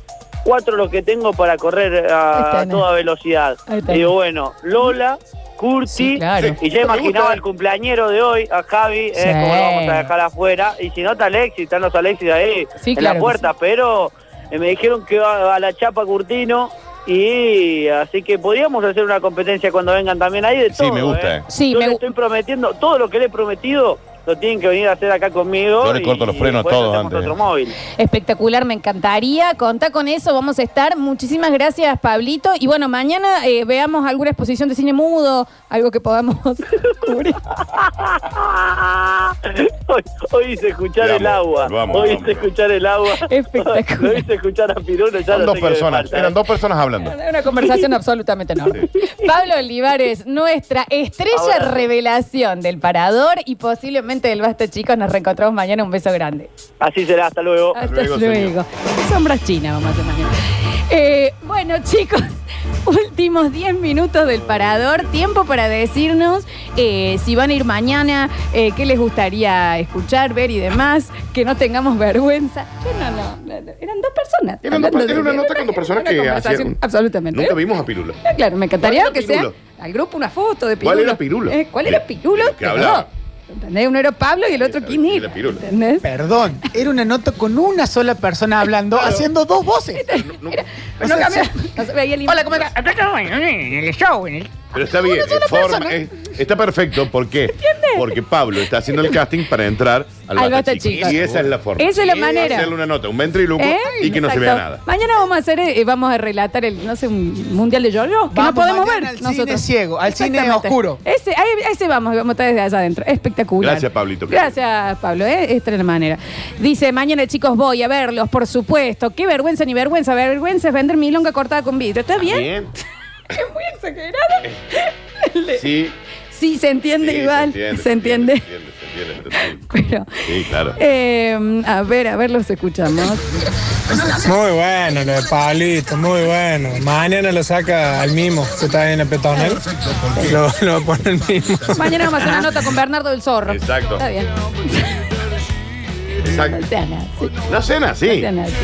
cuatro los que tengo para correr a toda velocidad. Ahí está. Y digo, bueno, Lola, Curti, claro. y ya imaginaba el cumpleañero de hoy, a Javi, eh, Sí. como lo vamos a dejar afuera, y si no está Alexis, están los Alexis ahí Sí, en la claro que puerta, pero eh, me dijeron que va a la chapa Curtino, y así que podríamos hacer una competencia cuando vengan también ahí de Sí, todo. me gusta, eh. Sí, Yo le estoy prometiendo, todo lo que le he prometido, lo tienen que venir a hacer acá conmigo. Yo le y- corto los y frenos después todos hacemos antes. otro móvil. Espectacular, me encantaría. Contá con eso, vamos a estar. Muchísimas gracias, Pablito. Y bueno, mañana eh, veamos alguna exposición de cine mudo, algo que podamos cubrir. Hoy, hoy hice escuchar Lo el amo, agua. lo amo, hoy lo hice escuchar el agua. Lo hice escuchar a Pirulo. Ya Son no dos sé qué me personas, falta, eran eh. dos personas hablando. Una conversación absolutamente normal. Pablo Olivares, nuestra estrella Ahora- revelación del parador y posiblemente del Basta Chicos. Nos reencontramos mañana. Un beso grande. Así será, hasta luego. Hasta luego. Sombras chinas, vamos a hacer mañana. Eh, bueno, chicos, últimos 10 minutos del parador. Tiempo para decirnos eh, si van a ir mañana, eh, qué les gustaría escuchar, ver y demás. Que no tengamos vergüenza. Yo no, no, no, no. Eran dos personas. Era una, era una nota con dos personas Una que conversación, hacían. Absolutamente. Nunca vimos a Pirula. Ah, Claro, me encantaría ¿Cuál que era sea Pirulo? al grupo una foto de Pirulo. ¿Cuál era Pirulo? Eh, ¿Cuál era Pirulo? Que hablaba. ¿Entendés? Uno era Pablo y el otro quién era. ¿Entendés? Perdón, era una nota con una sola persona hablando, haciendo dos voces. Pero no cambiaba, no se veía el Hola, ¿cómo estás? En el show, en el Pero está bien, sola eh, forma- persona. eh, está perfecto. ¿Por qué? Porque Pablo está haciendo el casting para entrar al, Al Basta Chico. Chicos. Y esa es la forma. Esa es la Y manera. Hacerle una nota, un ventriloquio ¿Eh? y que no se Exacto. vea nada. Mañana vamos a hacer, eh, vamos a relatar el, no sé, un mundial de yo-yo, que Vamos no podemos ver mañana al cine nosotros. ciego, al cine Exactamente. oscuro. Ese, ahí, ese vamos, vamos a estar desde allá adentro. Espectacular. Gracias, Pablito. Gracias, Pablo. ¿eh? Esta es la manera. Dice, mañana, chicos, voy a verlos, por supuesto. Qué vergüenza ni vergüenza. Vergüenza es vender milonga cortada con vidrio. ¿Está bien? Bien. Es muy exagerado. Sí. Sí, se entiende Sí, se igual. entiende, Se entiende. Pero, Sí, claro. eh, a ver, a ver, los escuchamos. Muy bueno lo de Pablito, muy bueno. Mañana lo saca al mismo, que está en el petonel. Lo, lo pone el mismo. Mañana vamos a hacer una nota con Bernardo del Zorro. Exacto. Está bien. Exacto. No sean así. No sean No así. sean así.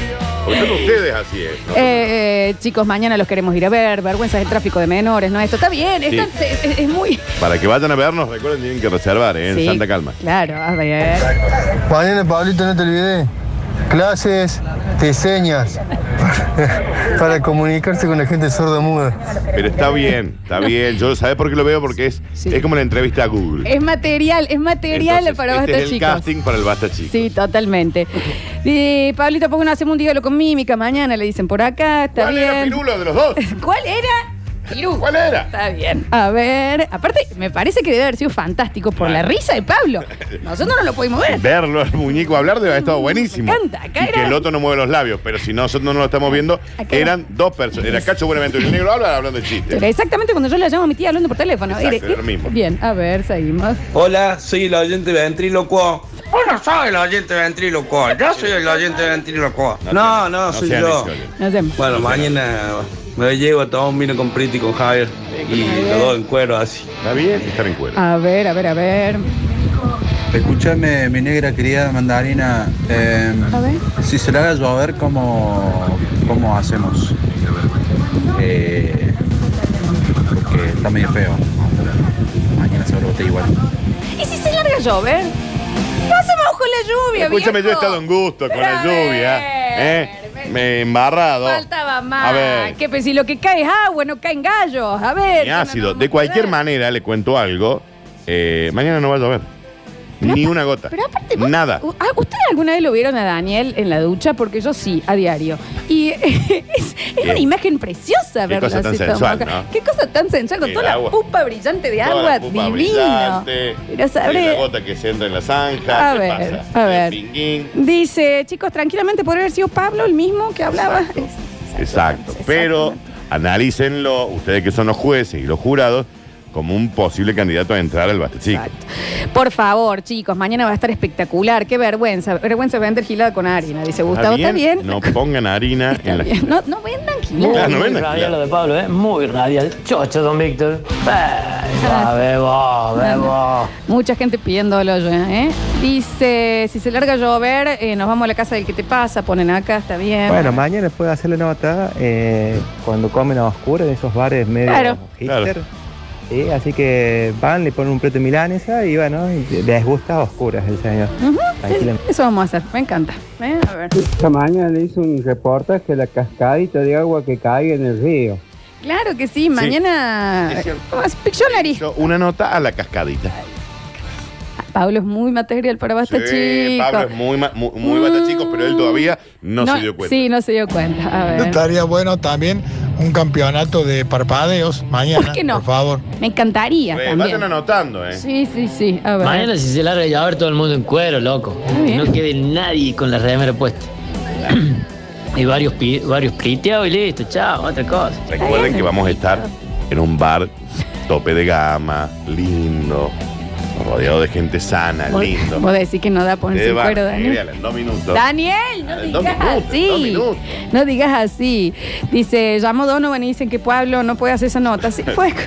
Porque son ustedes así es. ¿no? Eh, eh, chicos, mañana los queremos ir a ver. Vergüenza del tráfico de menores, ¿no? Esto está bien. Sí. está- es, es- es muy. Para que vayan a vernos, recuerden tienen que reservar, ¿eh? en Sí. Santa Calma. Claro, a ver. Mañana, Pablito, no te olvides. Clases de señas para comunicarse con la gente sordomuda. Pero está bien, está bien. Yo sabés por qué lo veo porque es, es como la entrevista a Google. Es material, es material Entonces, para este basta, es el chicos. casting para el Basta Chico. Sí, totalmente. Y Pablito, ¿por qué no hacemos un diálogo con mímica mañana? Le dicen por acá, está ¿Cuál bien. era Pirulo de los dos? ¿Cuál era? Piru. ¿Cuál era? Está bien. A ver, aparte, me parece que debe haber sido fantástico por la risa de Pablo. Nosotros no lo pudimos ver. Verlo al muñeco hablar debe haber estado buenísimo. Me encanta, acá y que era- el otro no mueve los labios, pero si nosotros no lo estamos viendo, Acá era- eran dos personas. Era Cacho Buenaventura y el negro habla hablando de chistes. Era exactamente cuando yo la llamo a mi tía hablando por teléfono. Exacto, Era- era lo mismo. Bien, a ver, seguimos. Hola, soy el oyente ventrílocuo. Vos no sos el oyente ventríloco, yo soy el oyente ventríloco. No, no, soy sean yo. ese oyente. Nos vemos. Bueno, mañana me llevo a tomar un vino con Priti y con Javier. Y los dos en cuero así. Está bien estar en cuero. A ver, a ver, a ver. Escúchame, mi negra querida mandarina. eh, A ver. Si se la haga llover, ¿cómo, cómo hacemos? Eh, porque está medio feo. Mañana se brota igual. ¿Y si se larga a llover? No hacemos con la lluvia, Escúchame, yo he viejo. estado en gusto con la Pero a lluvia. ver, ¿eh? Me he embarrado. Faltaba más. A ver. Que pues, si lo que cae es agua, no caen gallos. A ver. Ni ácido. De cualquier manera, le cuento algo. eh, mañana no va a llover. Ni una gota. pero aparte Nada. U- ah, ¿Ustedes alguna vez lo vieron a Daniel en la ducha? Porque yo sí, a diario. Y es, es una Bien. imagen preciosa Qué verlo cosa tan así todo sensual, acá. ¿no? Qué cosa tan sensual, con El toda agua. la pupa brillante de Toda la agua, pupa divino. brillante, Pero sabré- La gota que se entra en la zanja. A ¿qué ver, pasa? a El ver. pinguín. Dice, chicos, tranquilamente podría haber sido Pablo el mismo que hablaba. Exacto. Pero analícenlo, ustedes que son los jueces y los jurados, como un posible candidato a entrar al Bastechico. Por favor, chicos, mañana va a estar espectacular. Qué vergüenza. Vergüenza vender gilada con harina, dice Gustavo. ¿Está bien? No pongan harina en la. No, no vendan Muy, gilada. muy radial lo de Pablo, ¿eh? Muy radial. Chocho, don Víctor. Ah, Va, bebo, bebo. Mucha gente pidiéndolo ya, ¿eh? Dice, si se larga a llover, eh, nos vamos a la casa del que te pasa, ponen acá, está bien. Bueno, mañana puede hacer la nota eh, cuando comen a oscuras en esos bares medio Claro. hipster. Sí, así que van, le ponen un plato de milanesa y bueno, y les gusta a oscuras el señor. Ujú, Tranquilamente. Eso vamos a hacer, me encanta. ¿eh? A ver. Esta mañana le hice un reportaje de la cascadita de agua que cae en el río. Claro que sí, mañana. Ah, Es cierto. Vamos a hacer Pictionary. Una nota a la cascadita. Ah, Pablo es muy material para basta, Sí, chico. Pablo es muy, ma- muy, muy Bastechico, pero él todavía no, se dio cuenta. Sí, no se dio cuenta. A ver. Estaría bueno también un campeonato de parpadeos mañana. ¿Por qué no? Por favor. Me encantaría. Eh, también. vayan anotando, ¿eh? Sí, sí, sí. A ver. Mañana si se larga a ver todo el mundo en cuero, loco. bien. No quede nadie con la remera puesta. y varios, pi- varios priteados y listo, chao, otra cosa. Recuerden que vamos a estar en un bar tope de gama, lindo, rodeado de gente sana, Vos- lindo. Vos decís que no da ponerse Ustedes el van, cuero, Miguel, Daniel. en dos minutos. Daniel, no En dos digas minutos, en así. dos No digas así. Dice, llamó Donovan y dicen que Pablo no puede hacer esa nota. Así fue.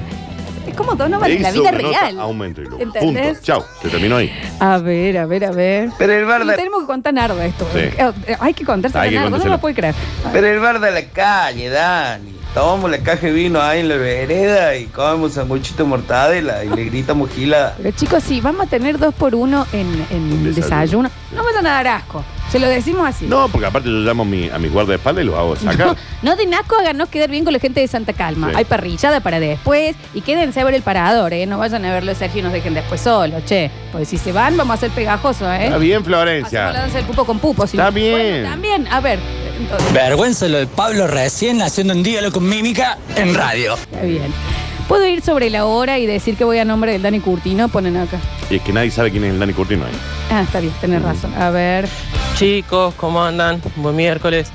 Es como Donovan en la Hizo vida una nota real. A un ventrílocuo. ¿Entendés? Punto. Chau. Se terminó ahí. A ver, a ver, a ver. Pero el bar Y de- Tenemos que contar Narda esto. Sí. Eh, eh, Hay que contarse Hay que Narda, no contárselo. lo puede creer. Pero el bar de la calle, Dani. Tomamos la caja de vino ahí en la vereda y comemos sanguchito de mortadela y le gritamos gilada. Pero chicos, si vamos a tener dos por uno en, en desayuno, no vayan a dar asco. Se lo decimos así. No, porque aparte yo llamo a mi- a mis guardaespaldas y los hago sacar. No de Naco hagan no quedar bien con la gente de Santa Calma. Sí. Hay parrillada para después y quédense a ver el parador, ¿eh? No vayan a verlo Sergio y nos dejen después solos, che. Porque si se van, vamos a hacer pegajoso, ¿eh? Está bien, Hacemos la Florencia. danza del pupo con pupo. si Está no- bien. Bueno, también, a ver. entonces, Vergüenza lo de Pablo recién haciendo un diálogo con mímica en radio. está bien. Puedo ir sobre la hora y decir que voy a nombre del Dani Curtino, ponen acá. Y es que nadie sabe quién es el Dani Curtino ahí. Ah, está bien, tenés razón. A ver. Chicos, ¿cómo andan? Buen miércoles.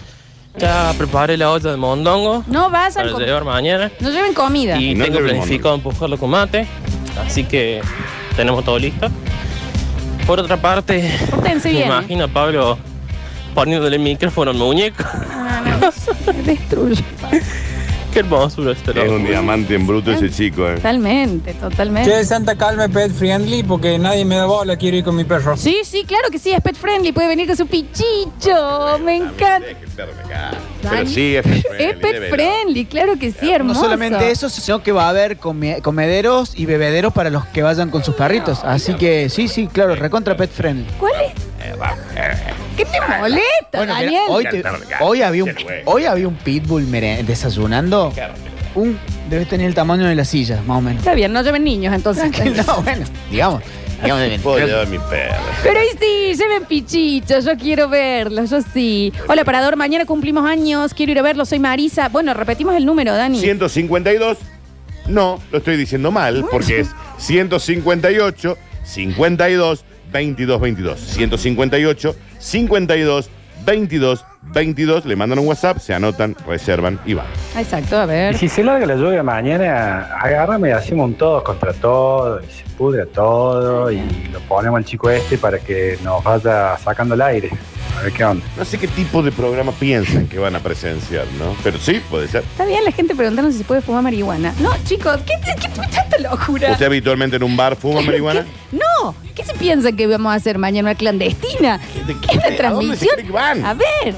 Ya preparé la olla de mondongo No vas para al com- llevar mañana. No lleven comida. Y tengo planificado empujarlo con mate. Así que tenemos todo listo. Por otra parte, Pórtense me bien, ¿eh? imagino a Pablo poniéndole el micrófono al muñeco. Destruye. Qué hermosura este Es un diamante en bruto ese chico, eh. Totalmente, totalmente. Che, Santa Calma es pet friendly porque nadie me da bola, quiero ir con mi perro. Sí, sí, claro que sí, es pet friendly, puede venir con su pichicho, me encanta. Pero sí, es Es pet friendly, claro que sí, No hermoso. solamente eso, sino que va a haber come- comederos y bebederos para los que vayan con sus perritos. Así que sí, sí, claro, recontra pet friendly. ¿Cuál es? ¿Qué te molesta, Bueno, mira, Daniel? hoy, te- hoy había un, hoy había un pitbull mere- desayunando. Un, debe tener el tamaño de la silla, más o menos. Está bien, no lleven niños entonces. No, bueno, digamos. digamos Puedo llevar mi perro. Pero y sí, lleven pichichos, yo quiero verlos, yo sí. Hola, Parador, mañana cumplimos años, quiero ir a verlos, soy Marisa. Bueno, repetimos el número, Dani. 152. No, lo estoy diciendo mal, porque es 158, 52, 22, 22. 158, 52, 22, 22. Le mandan un WhatsApp, se anotan, reservan y van. Ah, Exacto, a ver. Y si se larga la lluvia mañana, agárrame y hacemos un todos contra todos, y se pudre todo, y lo ponemos al chico este para que nos vaya sacando el aire. A ver qué onda. No sé qué tipo de programa piensan que van a presenciar, ¿no? Pero sí, puede ser. Está bien, la gente preguntando si se puede fumar marihuana. No, chicos, ¿qué, qué, qué tanta locura? ¿Usted habitualmente en un bar fuma marihuana? No, ¿qué se piensa que vamos a hacer mañana? ¿Una clandestina? ¿Qué es la transmisión? A ver,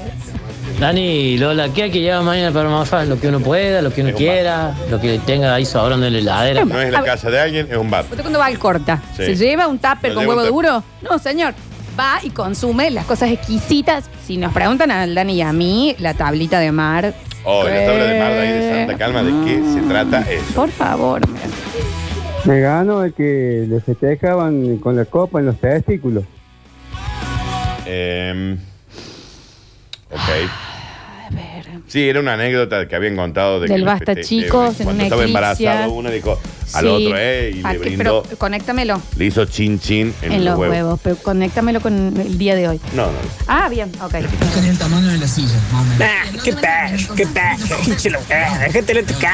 Dani, Lola, ¿qué hay que llevar mañana para Mafal? Lo que uno pueda, lo que uno quiera, lo que tenga ahí sobrando en la heladera. No es la casa de alguien, es un bar. ¿usted cuando va al corta? Sí. ¿Se lleva un tupper No con lleva un huevo tupper. duro? No, señor. Va y consume las cosas exquisitas. Si nos preguntan a Dani y a mí, la tablita de mar. Eh, Oh, en la tabla de mar de ahí de Santa Calma, ¿de qué se trata eso? Por favor. Vegano el que le festejaban con la copa en los testículos. Em, ok. Sí, era una anécdota que habían contado de Del que Basta de- de- Chicos, en cuando una estaba eclipsia. embarazada una dijo al Sí. otro, eh, y Ah, le que- brindó, Pero, conéctamelo le hizo chin chin en, en, los huevos. pero conéctamelo con el día de hoy. No, no. Ah, bien, ok. el tamaño de la silla, Ah, qué perro, qué perro, quíchelo, déjatelo tocar.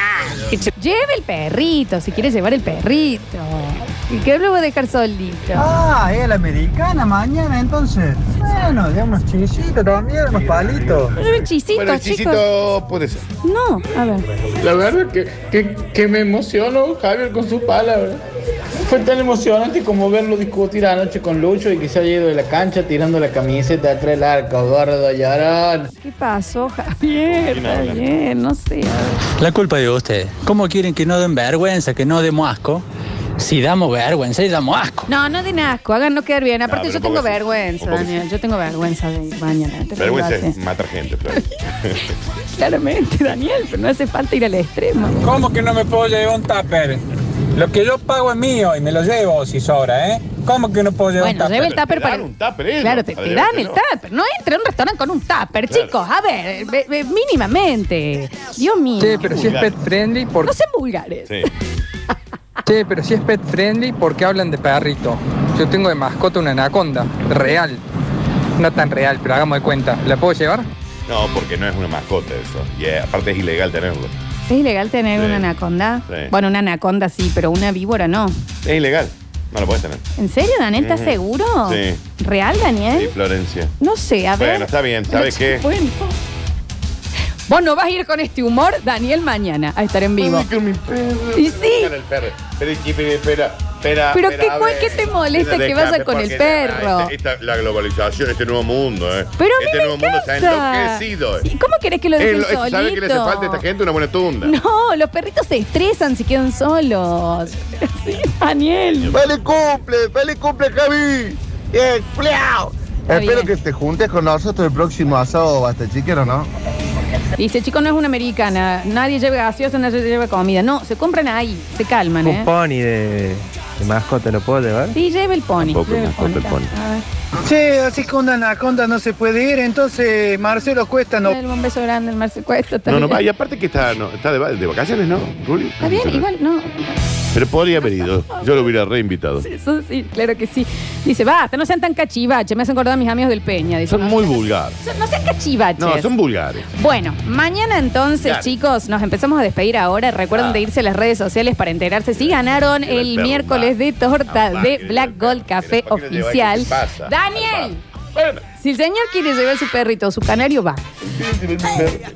Lleve el perrito, si quiere llevar el perrito. ¿Y qué lo voy a dejar solito? Ah, es la americana mañana entonces. Bueno, de unos chisitos también, unos palitos. Pero el chisito, Bueno, el chisito chicos. puede ser. No, a ver. La verdad que, que, que me emocionó Javier con su palabra. Fue tan emocionante como verlo discutir anoche con Lucho y que se haya ido de la cancha tirando la camiseta atrás del arco, gordo llorón. ¿Qué pasó, Javier? Está bien, Eh, no sé. a ver. La culpa de ustedes. ¿Cómo quieren que no den vergüenza, que no demos asco? Si damos vergüenza y damos asco. No, no den asco, háganlo quedar bien. Aparte, Ah, pero yo tengo póngase- vergüenza, póngase- Daniel. Yo tengo vergüenza de ir mañana. te lo Vergüenza digo es así. matar gente, claro. Claramente, Daniel, pero no hace falta ir al extremo. ¿Cómo que no me puedo llevar un tupper? Lo que yo pago es mío y me lo llevo si sobra, ¿eh? ¿Cómo que no puedo llevar Bueno, un tupper? lleve el tupper para. claro, te, te dan el tupper. No entre a un restaurante con un tupper, chicos. A ver, ve- ve- mínimamente. Dios mío. Sí, pero si es pet friendly, ¿por No sean vulgares. Sí, pero si es pet friendly, ¿por qué hablan de perrito? Yo tengo de mascota una anaconda, real. No tan real, pero hagamos de cuenta. ¿La puedo llevar? No, porque no es una mascota eso. Y eh, aparte es ilegal tenerlo. ¿Es ilegal tener Sí. una anaconda? Sí. Bueno, una anaconda sí, pero una víbora no. Es ilegal. No lo puedes tener. ¿En serio, Daniel? ¿Estás Ujú. seguro? Sí. ¿Real, Daniel? Sí, Florencia. ¿Eh? No sé, a ver. Bueno, está bien, ¿sabes qué? Bueno. Vos no vas a ir con este humor, Daniel, mañana a estar en vivo. Y sí. Espera, el perro. Espera, espera, espera, espera, Pero espera, qué a cue- ver. qué te molesta Espera, que déjame, vaya con Este porque el perro. ya, este- esta- la globalización, este nuevo mundo, ¿eh? Pero a mí este me nuevo mundo se ha encanta. enloquecido. eh. ¿Y cómo querés que lo dejen solito? ¿Sabe que le hace falta a esta gente? Una buena tunda. No, los perritos se estresan si quedan solos. Sí, Daniel. ¡Feliz cumple! ¡Feliz cumple, Javi! ¡Bien, culiao! Espero que te juntes con nosotros el próximo asado, basta chiquero, ¿no? Dice, chico, no es una americana. Nadie lleva gaseosa, nadie lleva comida. No, se compran ahí, se calman, Un ¿eh? pony de, de mascota lo puedo llevar. Sí, lleva el pony. Tampoco lleva es mascota el ta- pony. a ver. Che, así que una anaconda no se puede ir, entonces Marcelo Cuesta no. Dale un beso grande, el Marcel Cuesta. está No, no, bien. va, y aparte que está, no, está de, va- de vacaciones, ¿no? Ruli? Está bien, igual, no. Pero podría haber ido. Yo lo hubiera reinvitado. Eso sí, claro que sí. Dice, basta, no sean tan cachivaches, me hacen acordar a mis amigos del Peña. Dice, Son no, muy vulgares. son- no sean cachivaches. No, son vulgares. Bueno, mañana entonces, Claro. chicos, nos empezamos a despedir ahora. Recuerden Ah. de irse a las redes sociales para enterarse si ganaron el perro, miércoles de torta de Black Gold Café ¿por qué no lleva? Oficial. ¿Qué te pasa? Daniel, si el señor quiere llevar su perrito o su canario, va.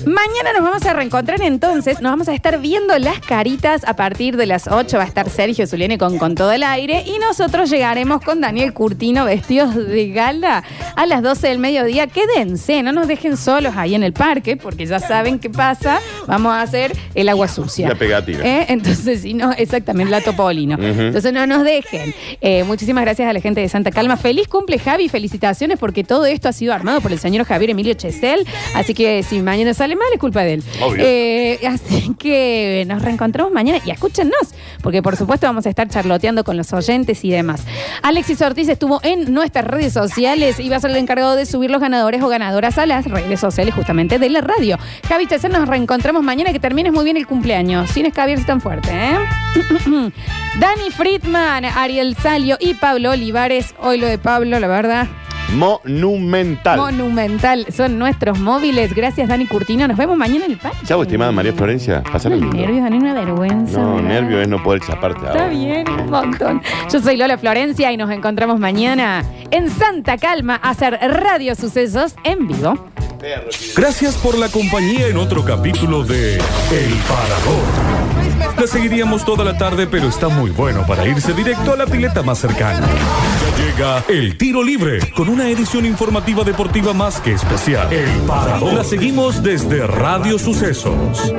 Mañana nos vamos a reencontrar entonces, nos vamos a estar viendo las caritas a partir de las 8 va a estar Sergio Zuliani con, con todo el aire y nosotros llegaremos con Daniel Curtino vestidos de gala a las 12 del mediodía. Quédense, no nos dejen solos ahí en el parque porque ya saben qué pasa, vamos a hacer el agua sucia. La pegatina. ¿Eh? Entonces, si no, exactamente, la topolino. Ujú. Entonces, no nos dejen. Eh, muchísimas gracias a la gente de Santa Calma. Feliz cumple, Javi. Felicitaciones porque todo esto ha sido armado por el señor Javier Emilio Chesel. Así que si mañana sale mal, es culpa de él. Obvio. Eh, así que nos reencontramos mañana y escúchenos, porque por supuesto vamos a estar charloteando con los oyentes y demás. Alexis Ortiz estuvo en nuestras redes sociales y va a ser el encargado de subir los ganadores o ganadoras a las redes sociales justamente de la radio. Javi Chesel, nos reencontramos mañana, que termines muy bien el cumpleaños. Sin escabirse tan fuerte, ¿eh? Dani Friedman, Ariel Salio y Pablo Olivares. Hoy lo de Pablo, la verdad. Monumental. Monumental. Son nuestros móviles. Gracias, Dani Curtino. Nos vemos mañana en el parque. Chau, estimada María Florencia. Pásala lindo. Nervios, Dani, una vergüenza. No, ¿verdad? nervio es no poder chaparte Está ahora. bien, un montón. Yo soy Lola Florencia y nos encontramos mañana en Santa Calma a hacer Radio Sucesos en vivo. Gracias por la compañía en otro capítulo de El Parador. La seguiríamos toda la tarde, pero está muy bueno para irse directo a la pileta más cercana. Ya llega El Tiro Libre, con una edición informativa deportiva más que especial. El Parador. La seguimos desde Radio Sucesos.